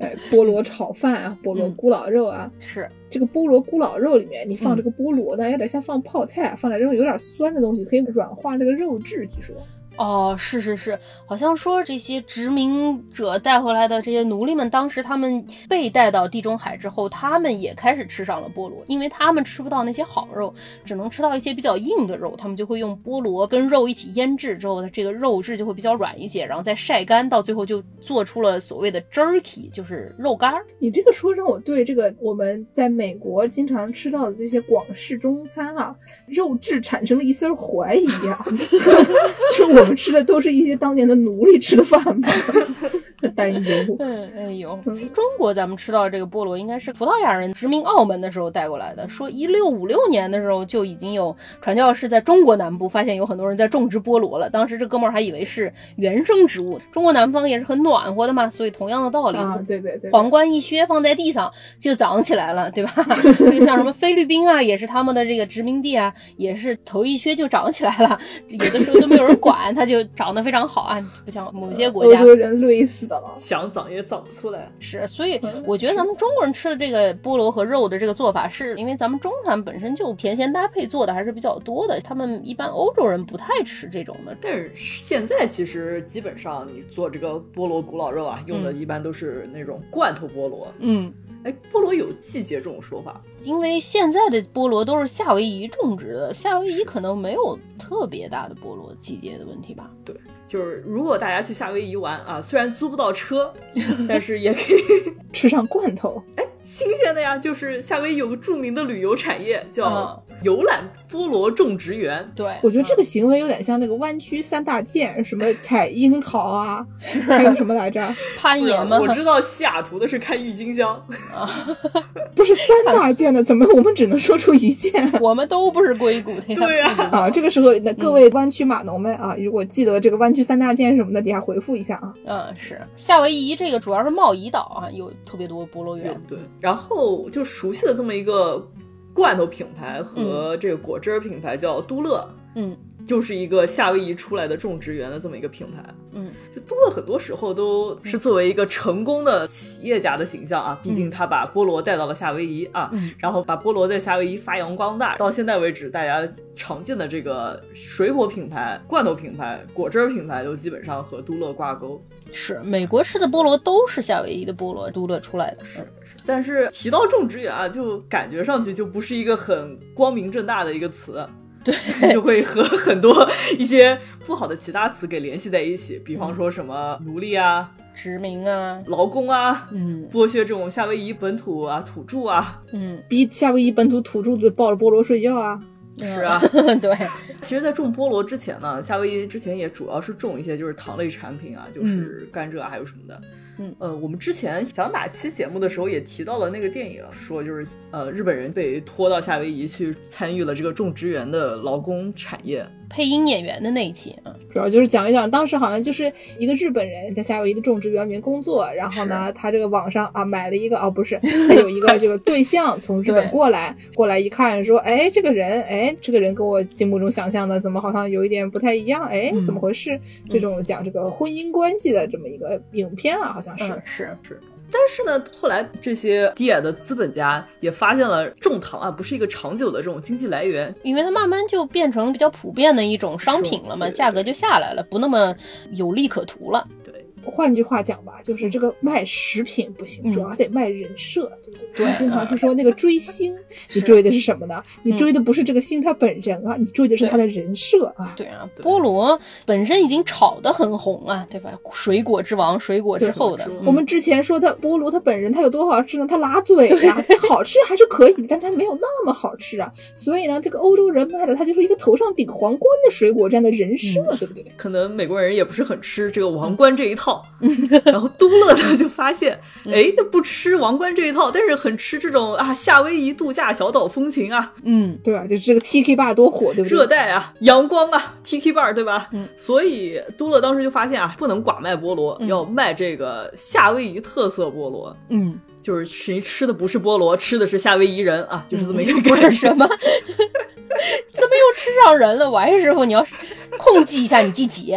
Speaker 1: 哎，菠萝炒饭啊，菠萝
Speaker 3: 嗯
Speaker 1: 咕老肉啊，
Speaker 3: 是，
Speaker 1: 这个菠萝咕老肉里面你放
Speaker 3: 嗯
Speaker 1: 这个菠萝呢，有点像放泡菜，啊放点这种有点酸的东西，可以软化这个肉质。据说
Speaker 3: 哦，是是是，好像说这些殖民者带回来的这些奴隶们，当时他们被带到地中海之后，他们也开始吃上了菠萝，因为他们吃不到那些好肉，只能吃到一些比较硬的肉，他们就会用菠萝跟肉一起腌制之后，它这个肉质就会比较软一些，然后再晒干，到最后就做出了所谓的 jerky，就是肉干儿。
Speaker 1: 你这个说让我对这个我们在美国经常吃到的这些广式中餐啊，肉质产生了一丝儿怀疑啊， [LAUGHS] 就我们吃的都是一些当年的奴隶吃的饭吗？很担
Speaker 3: [LAUGHS]
Speaker 1: 忧。
Speaker 3: 嗯，哎呦
Speaker 1: 嗯，
Speaker 3: 中国咱们吃到的这个菠萝，应该是葡萄牙人殖民澳门的时候带过来的。说一六五六年的时候，就已经有传教士在中国南部发现有很多人在种植菠萝了。当时这哥们儿还以为是原生植物。中国南方也是很暖和的嘛，所以同样的道理，
Speaker 1: 啊，对对对对，
Speaker 3: 皇冠一削放在地上就长起来了，对吧？ [LAUGHS] 就像什么菲律宾啊，也是他们的这个殖民地啊，也是头一削就长起来了，有的时候都没有人管，它就长得非常好啊，不像某些国
Speaker 1: 欧
Speaker 3: 家。
Speaker 1: 洲人累死的了。
Speaker 4: 想长也长不出来，
Speaker 3: 是，所以
Speaker 1: 嗯
Speaker 3: 我觉得咱们中国人吃的这个菠萝和肉的这个做法，是因为咱们中餐本身就甜咸搭配做的还是比较多的，他们一般欧洲人不太吃这种的。
Speaker 4: 但是现在其实基本上你做这个菠萝古老肉啊，用的一般都是那种罐头菠萝。
Speaker 3: 嗯，
Speaker 4: 哎，菠萝有季节这种说法，
Speaker 3: 因为现在的菠萝都是夏威夷种植的，夏威夷可能没有特别大的菠萝季节的问题吧。
Speaker 4: 就是如果大家去夏威夷玩啊，虽然租不
Speaker 3: [LAUGHS]
Speaker 4: 到车，但是也可以
Speaker 1: 吃上罐头，
Speaker 4: 新鲜的呀。就是夏威夷有个著名的旅游产业叫
Speaker 3: 嗯
Speaker 4: 游览菠萝种植园，
Speaker 3: 对，
Speaker 1: 我觉得这个行为有点像那个湾区三大件，什么采樱桃啊，还有什么来着？
Speaker 3: 嗯攀
Speaker 4: 不是
Speaker 3: 岩吗？
Speaker 4: 啊
Speaker 1: 啊
Speaker 4: 我知道西雅图的是开郁金香，
Speaker 1: 不是三大件的，怎么我们只能说出一件？
Speaker 3: [LAUGHS] 我们都不是硅谷的呀。
Speaker 4: 对呀
Speaker 1: 啊，这个时候，那各位湾区码农们啊，如果记得这个湾区三大件什么的，底下回复一下啊。
Speaker 3: [LAUGHS] 嗯，是夏威夷这个主要是贸易岛啊，有特别多菠萝园。
Speaker 4: 对，然后就熟悉的这么一个罐头品牌和这个果汁儿品牌叫都乐，
Speaker 3: 嗯，
Speaker 4: 就是一个夏威夷出来的种植园的这么一个品牌。
Speaker 3: 嗯，
Speaker 4: 就多了很多时候都是作为一个成功的企业家的形象啊，毕竟他把菠萝带到了夏威夷啊，
Speaker 3: 嗯
Speaker 4: 然后把菠萝在夏威夷发扬光大。到现在为止，大家常见的这个水果品牌、罐头品牌、果汁儿品牌都基本上和都乐挂钩。
Speaker 3: 是美国式的菠萝都是夏威夷的菠萝都乐出来的，
Speaker 4: 是是，但是提到种植园啊，就感觉上去就不是一个很光明正大的一个词，对，就会和很多一些不好的其他词给联系在一起，比方说什么奴隶啊、
Speaker 3: 嗯殖民啊，
Speaker 4: 劳工啊、
Speaker 3: 嗯
Speaker 4: 剥削这种夏威夷本土啊、土著啊，
Speaker 3: 嗯，
Speaker 1: 逼夏威夷本土土著抱着菠萝睡觉啊，
Speaker 4: 是啊。
Speaker 3: 嗯， [LAUGHS] 对，
Speaker 4: 其实，在种菠萝之前呢，夏威夷之前也主要是种一些就是糖类产品啊，就是甘蔗啊，还有什么的。
Speaker 3: 嗯
Speaker 4: 呃，我们之前讲哪期节目的时候也提到了那个电影，说就是呃日本人被拖到夏威夷去参与了这个种植园的劳工产业。
Speaker 3: 配音演员的那一期啊，
Speaker 1: 主要就是讲一讲当时好像就是一个日本人在夏威夷的种植园里面工作，然后呢，他这个网上啊买了一个啊不是， [LAUGHS] 他有一个这个对象从日本
Speaker 3: 对
Speaker 1: 过来，过来一看说，哎这个人，哎这个人跟我心目中想象的怎么好像有一点不太一样，哎
Speaker 3: 嗯
Speaker 1: 怎么回事？这种讲这个婚姻关系的这么一个影片啊，好像是。
Speaker 3: 嗯是，
Speaker 4: 但是呢，后来这些低矮的资本家也发现了种糖啊不是一个长久的这种经济来源，
Speaker 3: 因为它慢慢就变成比较普遍的一种商品了嘛，
Speaker 4: 是对对
Speaker 3: 价格就下来了，不那么有利可图了。
Speaker 1: 换句话讲吧，就是这个卖食品不行，
Speaker 3: 嗯
Speaker 1: 主要得卖人设，对不对？
Speaker 3: 对
Speaker 1: 我们经常是说那个追星，
Speaker 3: [LAUGHS]
Speaker 1: 你
Speaker 3: 是
Speaker 1: 追的是什么呢？
Speaker 3: 嗯
Speaker 1: 你追的不是这个星他本人啊，你追的是他的人设啊。
Speaker 3: 对啊，
Speaker 4: 对
Speaker 3: 菠萝本身已经炒得很红啊，对吧？水果之王，水果之后的
Speaker 4: 水果之，王
Speaker 3: 嗯
Speaker 1: 我们之前说他菠萝，他本人他有多好吃呢？他拉嘴呀、他好吃还是可以的，但他没有那么好吃啊。所以呢，这个欧洲人卖的他就是一个头上顶皇冠的水果这样的人设，
Speaker 3: 嗯
Speaker 1: 对不对？
Speaker 4: 可能美国人也不是很吃这个王冠这一套，
Speaker 3: 嗯
Speaker 4: [LAUGHS] 然后都乐他就发现，哎，那不吃王冠这一套，但是很吃这种啊夏威夷度假小岛风情啊、
Speaker 3: 嗯，
Speaker 1: 对吧？就是这个 TK 爸多火，对不对？
Speaker 4: 热带啊、阳光啊、Tiki bar 对吧？
Speaker 3: 嗯
Speaker 4: 所以都乐当时就发现啊，不能寡卖菠萝，
Speaker 3: 嗯
Speaker 4: 要卖这个夏威夷特色菠萝。
Speaker 3: [LAUGHS] 嗯，
Speaker 4: 就是谁吃的不是菠萝，吃的是夏威夷人啊，就是这么一个
Speaker 3: [LAUGHS] 不
Speaker 4: 概
Speaker 3: 是
Speaker 4: 念。
Speaker 3: 什么，怎么又吃上人了？王师傅，你要是控制一下你自己。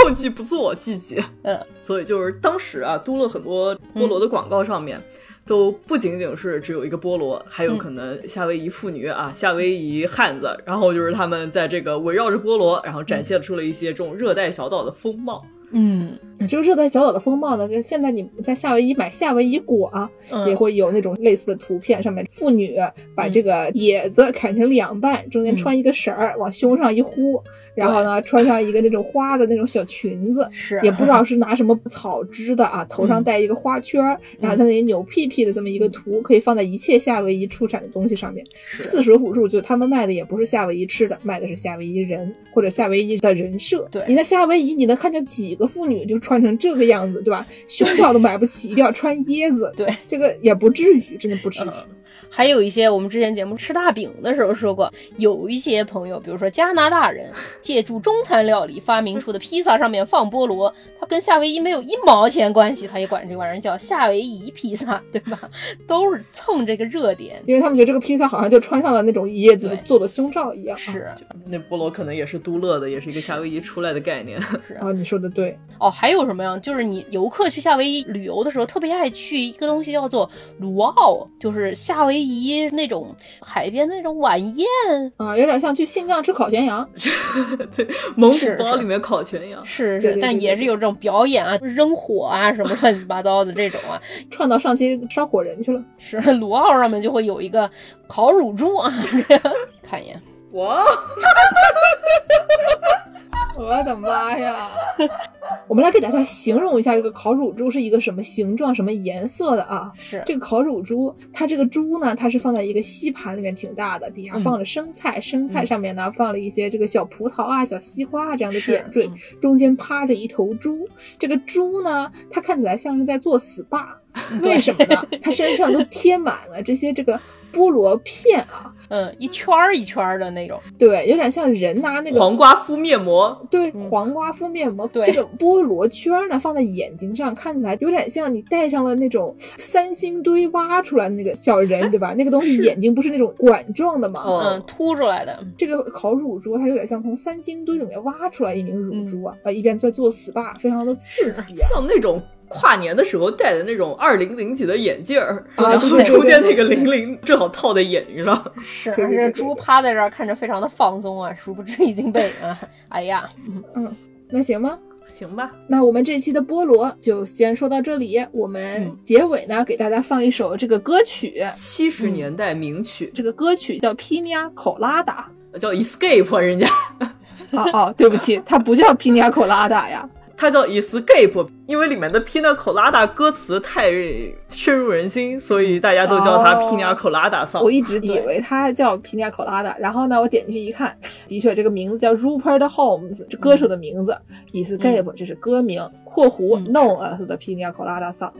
Speaker 4: 控制不自我季节。
Speaker 3: [LAUGHS] 嗯，
Speaker 4: 所以就是当时啊，都乐很多菠萝的广告上面。都不仅仅是只有一个菠萝，还
Speaker 3: 嗯
Speaker 4: 有可能夏威夷妇女啊、夏威夷汉子，然后就是他们在这个围绕着菠萝，然后展现出了一些这种热带小岛的风貌。
Speaker 3: 嗯，
Speaker 1: 你这个热带小岛的风貌呢，就现在你在夏威夷买夏威夷果啊，
Speaker 3: 嗯
Speaker 1: 也会有那种类似的图片，上面妇女把这个野子砍成两半，中间穿一个绳儿往胸上一呼，然后呢穿上一个那种花的那种小裙子。
Speaker 3: 是
Speaker 1: 也不知道是拿什么草织的啊，头
Speaker 3: 嗯
Speaker 1: 上戴一个花圈儿，然后它那里扭屁屁的这么一个图，可以放在一切夏威夷出产的东西上面，四舍五入，就他们卖的也不是夏威夷吃的，卖的是夏威夷人或者夏威夷的人设。
Speaker 3: 对
Speaker 1: 你在夏威夷，你能看见几个妇女就穿成这个样子，对吧？胸罩都买不起，一定要穿椰子。
Speaker 3: 对，嗯
Speaker 1: 这个也不至于，真的不至于。
Speaker 3: [LAUGHS] 还有一些我们之前节目吃大饼的时候说过，有一些朋友，比如说加拿大人，借助中餐料理发明出的披萨上面放菠萝，它跟夏威夷没有一毛钱关系，他也管这玩意儿叫夏威夷披萨，对吧？都是蹭这个热点。
Speaker 1: 因为他们觉得这个披萨好像就穿上了那种椰子
Speaker 3: 对
Speaker 1: 做的胸罩一样啊。
Speaker 3: 是
Speaker 4: 那菠萝可能也是都乐的，也是一个夏威夷出来的概念。 [LAUGHS]
Speaker 3: 是
Speaker 1: 啊，你说的对，
Speaker 3: 哦，还有什么呀？就是你游客去夏威夷旅游的时候，特别爱去一个东西叫做卢奥，就是夏威夷那种海边那种晚宴。
Speaker 1: 啊，有点像去新疆吃烤全羊，
Speaker 4: 对，蒙古
Speaker 3: 是
Speaker 4: 包
Speaker 3: 是
Speaker 4: 里面烤全羊。
Speaker 3: 是
Speaker 1: 对
Speaker 3: 是，
Speaker 1: 对
Speaker 3: 但
Speaker 1: 对
Speaker 3: 也
Speaker 1: 对
Speaker 3: 是有这种表演啊、扔火啊什么乱七八糟的这种啊。
Speaker 1: 串到上期烧火人去了。
Speaker 3: 是鲁奥上面就会有一个烤乳猪啊， [LAUGHS] 这样看一眼。
Speaker 4: 哇，
Speaker 1: 我的妈呀！ [LAUGHS] 我们来给大家形容一下这个烤乳猪是一个什么形状、什么颜色的啊？
Speaker 3: 是，
Speaker 1: 这个烤乳猪，它这个猪呢，它是放在一个吸盘里面，挺大的，底下
Speaker 3: 嗯
Speaker 1: 放了生菜，生菜上面呢放了一些这个小葡萄啊、小西瓜啊这样的
Speaker 3: 是
Speaker 1: 点缀
Speaker 3: 嗯，
Speaker 1: 中间趴着一头猪。这个猪呢， [LAUGHS] 它看起来像是在做 SPA，为什么呢？它身上都贴满了这些这个菠萝片啊，
Speaker 3: 嗯，一圈儿一圈儿的那种，
Speaker 1: 对，有点像人拿那个
Speaker 4: 黄瓜敷面膜，
Speaker 1: 对，
Speaker 3: 嗯
Speaker 1: 黄瓜敷面膜，
Speaker 3: 对
Speaker 1: 这个菠萝圈儿呢放在眼睛上，看起来有点像你戴上了那种三星堆挖出来的那个小人，对吧？那个东西眼睛不是那种管状的吗？
Speaker 4: 哦
Speaker 3: 嗯，凸出来的，
Speaker 1: 这个烤乳猪它有点像从三星堆里面挖出来一名乳猪啊，呃，一边在做 SPA，非常的刺激啊。
Speaker 4: 像那种跨年的时候戴的那种二零零几的眼镜儿，
Speaker 1: 啊
Speaker 4: 然后
Speaker 1: 对
Speaker 4: 中间那
Speaker 1: 对
Speaker 4: 个
Speaker 1: 对
Speaker 4: 零零正好套在眼睛上。
Speaker 3: 是，
Speaker 1: 对
Speaker 3: 而
Speaker 1: 对
Speaker 3: 且
Speaker 1: 对
Speaker 3: 猪趴在这儿看着非常的放松啊，殊不知已经被啊，哎呀，
Speaker 1: 那行吗？
Speaker 4: [LAUGHS] 行吧，
Speaker 1: 那我们这期的菠萝就先说到这里，我们结尾呢给大家放一首这个歌曲，
Speaker 4: 七十年代名曲、
Speaker 1: 这个歌曲叫《皮尼亚口拉达》。
Speaker 4: 叫 Escape，啊人家
Speaker 1: 哦哦，对不起，它不叫皮尼亚口拉达呀。
Speaker 4: 它叫 Escape，因为里面的 Pina Colada 歌词太深入人心，所以大家都叫它
Speaker 1: 哦
Speaker 4: Pina
Speaker 3: [LAUGHS]
Speaker 4: Colada song。
Speaker 1: 我一直以为它叫皮尼亚口拉达，然后呢，我点进去一看，的确这个名字叫 Rupert Holmes，这歌手的名字、Escape，这是歌名（括弧、
Speaker 3: 嗯
Speaker 1: Known as the Pina Colada Song）。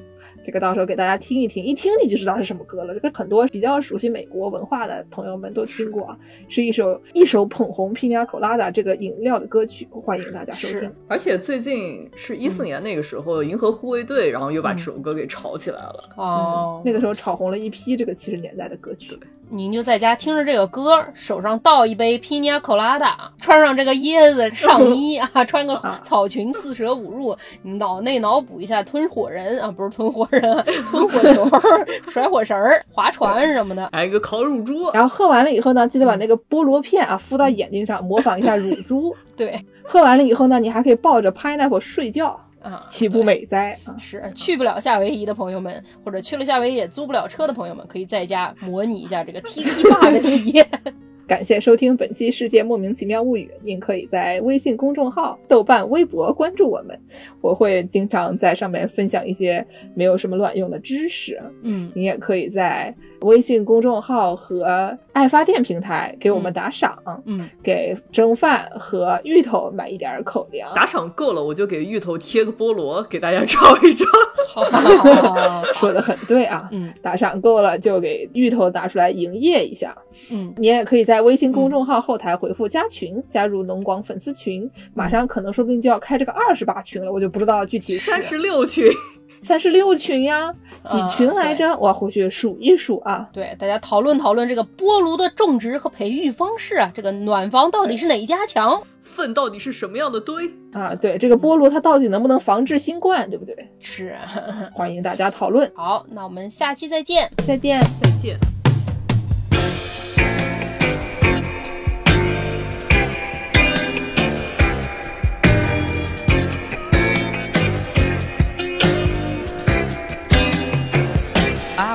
Speaker 1: 这个到时候给大家听一听，一听你就知道是什么歌了。这个很多比较熟悉美国文化的朋友们都听过啊，是一首一首捧红皮尼亚口拉达这个饮料的歌曲，欢迎大家收听
Speaker 3: 是。哦
Speaker 4: 而且最近是一四年那个时候，银河护卫队，然后又把这首歌给炒起来了。
Speaker 3: 哦，
Speaker 1: 嗯那个时候炒红了一批这个七十年代的歌曲。
Speaker 3: 您就在家听着这个歌，手上倒一杯皮尼亚口拉达，穿上这个椰子上衣啊， [LAUGHS] 穿个
Speaker 1: 啊
Speaker 3: 草裙四舍五入，你脑内脑补一下吞火人啊，不是吞火
Speaker 1: [LAUGHS]
Speaker 3: 人啊，吞火球儿、甩火绳儿、划船什
Speaker 1: [LAUGHS]
Speaker 3: 么的。
Speaker 4: 还有一个烤乳猪，
Speaker 1: 然后喝完了以后呢，记得把
Speaker 3: 嗯
Speaker 1: 那个菠萝片啊敷到眼睛上，模仿一下乳猪。
Speaker 3: 对
Speaker 1: 喝完了以后呢，你还可以抱着 pineapple 睡觉，
Speaker 3: 啊，
Speaker 1: 岂不美哉啊？
Speaker 3: 是去不了夏威夷的朋友们，或者去了夏威夷也租不了车的朋友们，可以在家模拟一下这个 T T 坝的体验。
Speaker 1: 感谢收听本期《世界莫名其妙物语》，您可以在微信公众号、豆瓣、微博关注我们，我会经常在上面分享一些没有什么卵用的知识。
Speaker 3: 嗯，
Speaker 1: 你也可以在微信公众号和爱发电平台给我们打赏，
Speaker 3: 嗯，
Speaker 1: 给蒸饭和芋头买一点儿口粮。
Speaker 4: 打赏够了，我就给芋头贴个菠萝，给大家 [LAUGHS] 照一张。
Speaker 3: 好，好好好好
Speaker 1: 说的很对啊，
Speaker 3: 嗯
Speaker 1: 打赏够了就给芋头拿出来营业一下。
Speaker 3: 嗯，
Speaker 1: 你也可以在微信
Speaker 4: 嗯
Speaker 1: 公众号后台回复加群，加入农广粉丝群。
Speaker 4: 嗯
Speaker 1: 马上可能说不定就要开这个二十八群了，我就不知道具体
Speaker 4: 三十啊六群，
Speaker 1: 三十六群呀，几群来着？我要回去数一数啊。
Speaker 3: 对，大家讨论讨论这个菠萝的种植和培育方式啊，这个暖房到底是哪一家强？
Speaker 4: 粪到底是什么样的堆？
Speaker 1: 啊，对，这个菠萝它到底能不能防治新冠，对不对？嗯
Speaker 3: 是，
Speaker 1: 欢迎大家讨论，
Speaker 3: 好，那我们下期再见。
Speaker 1: 再见。
Speaker 4: 再见。
Speaker 6: I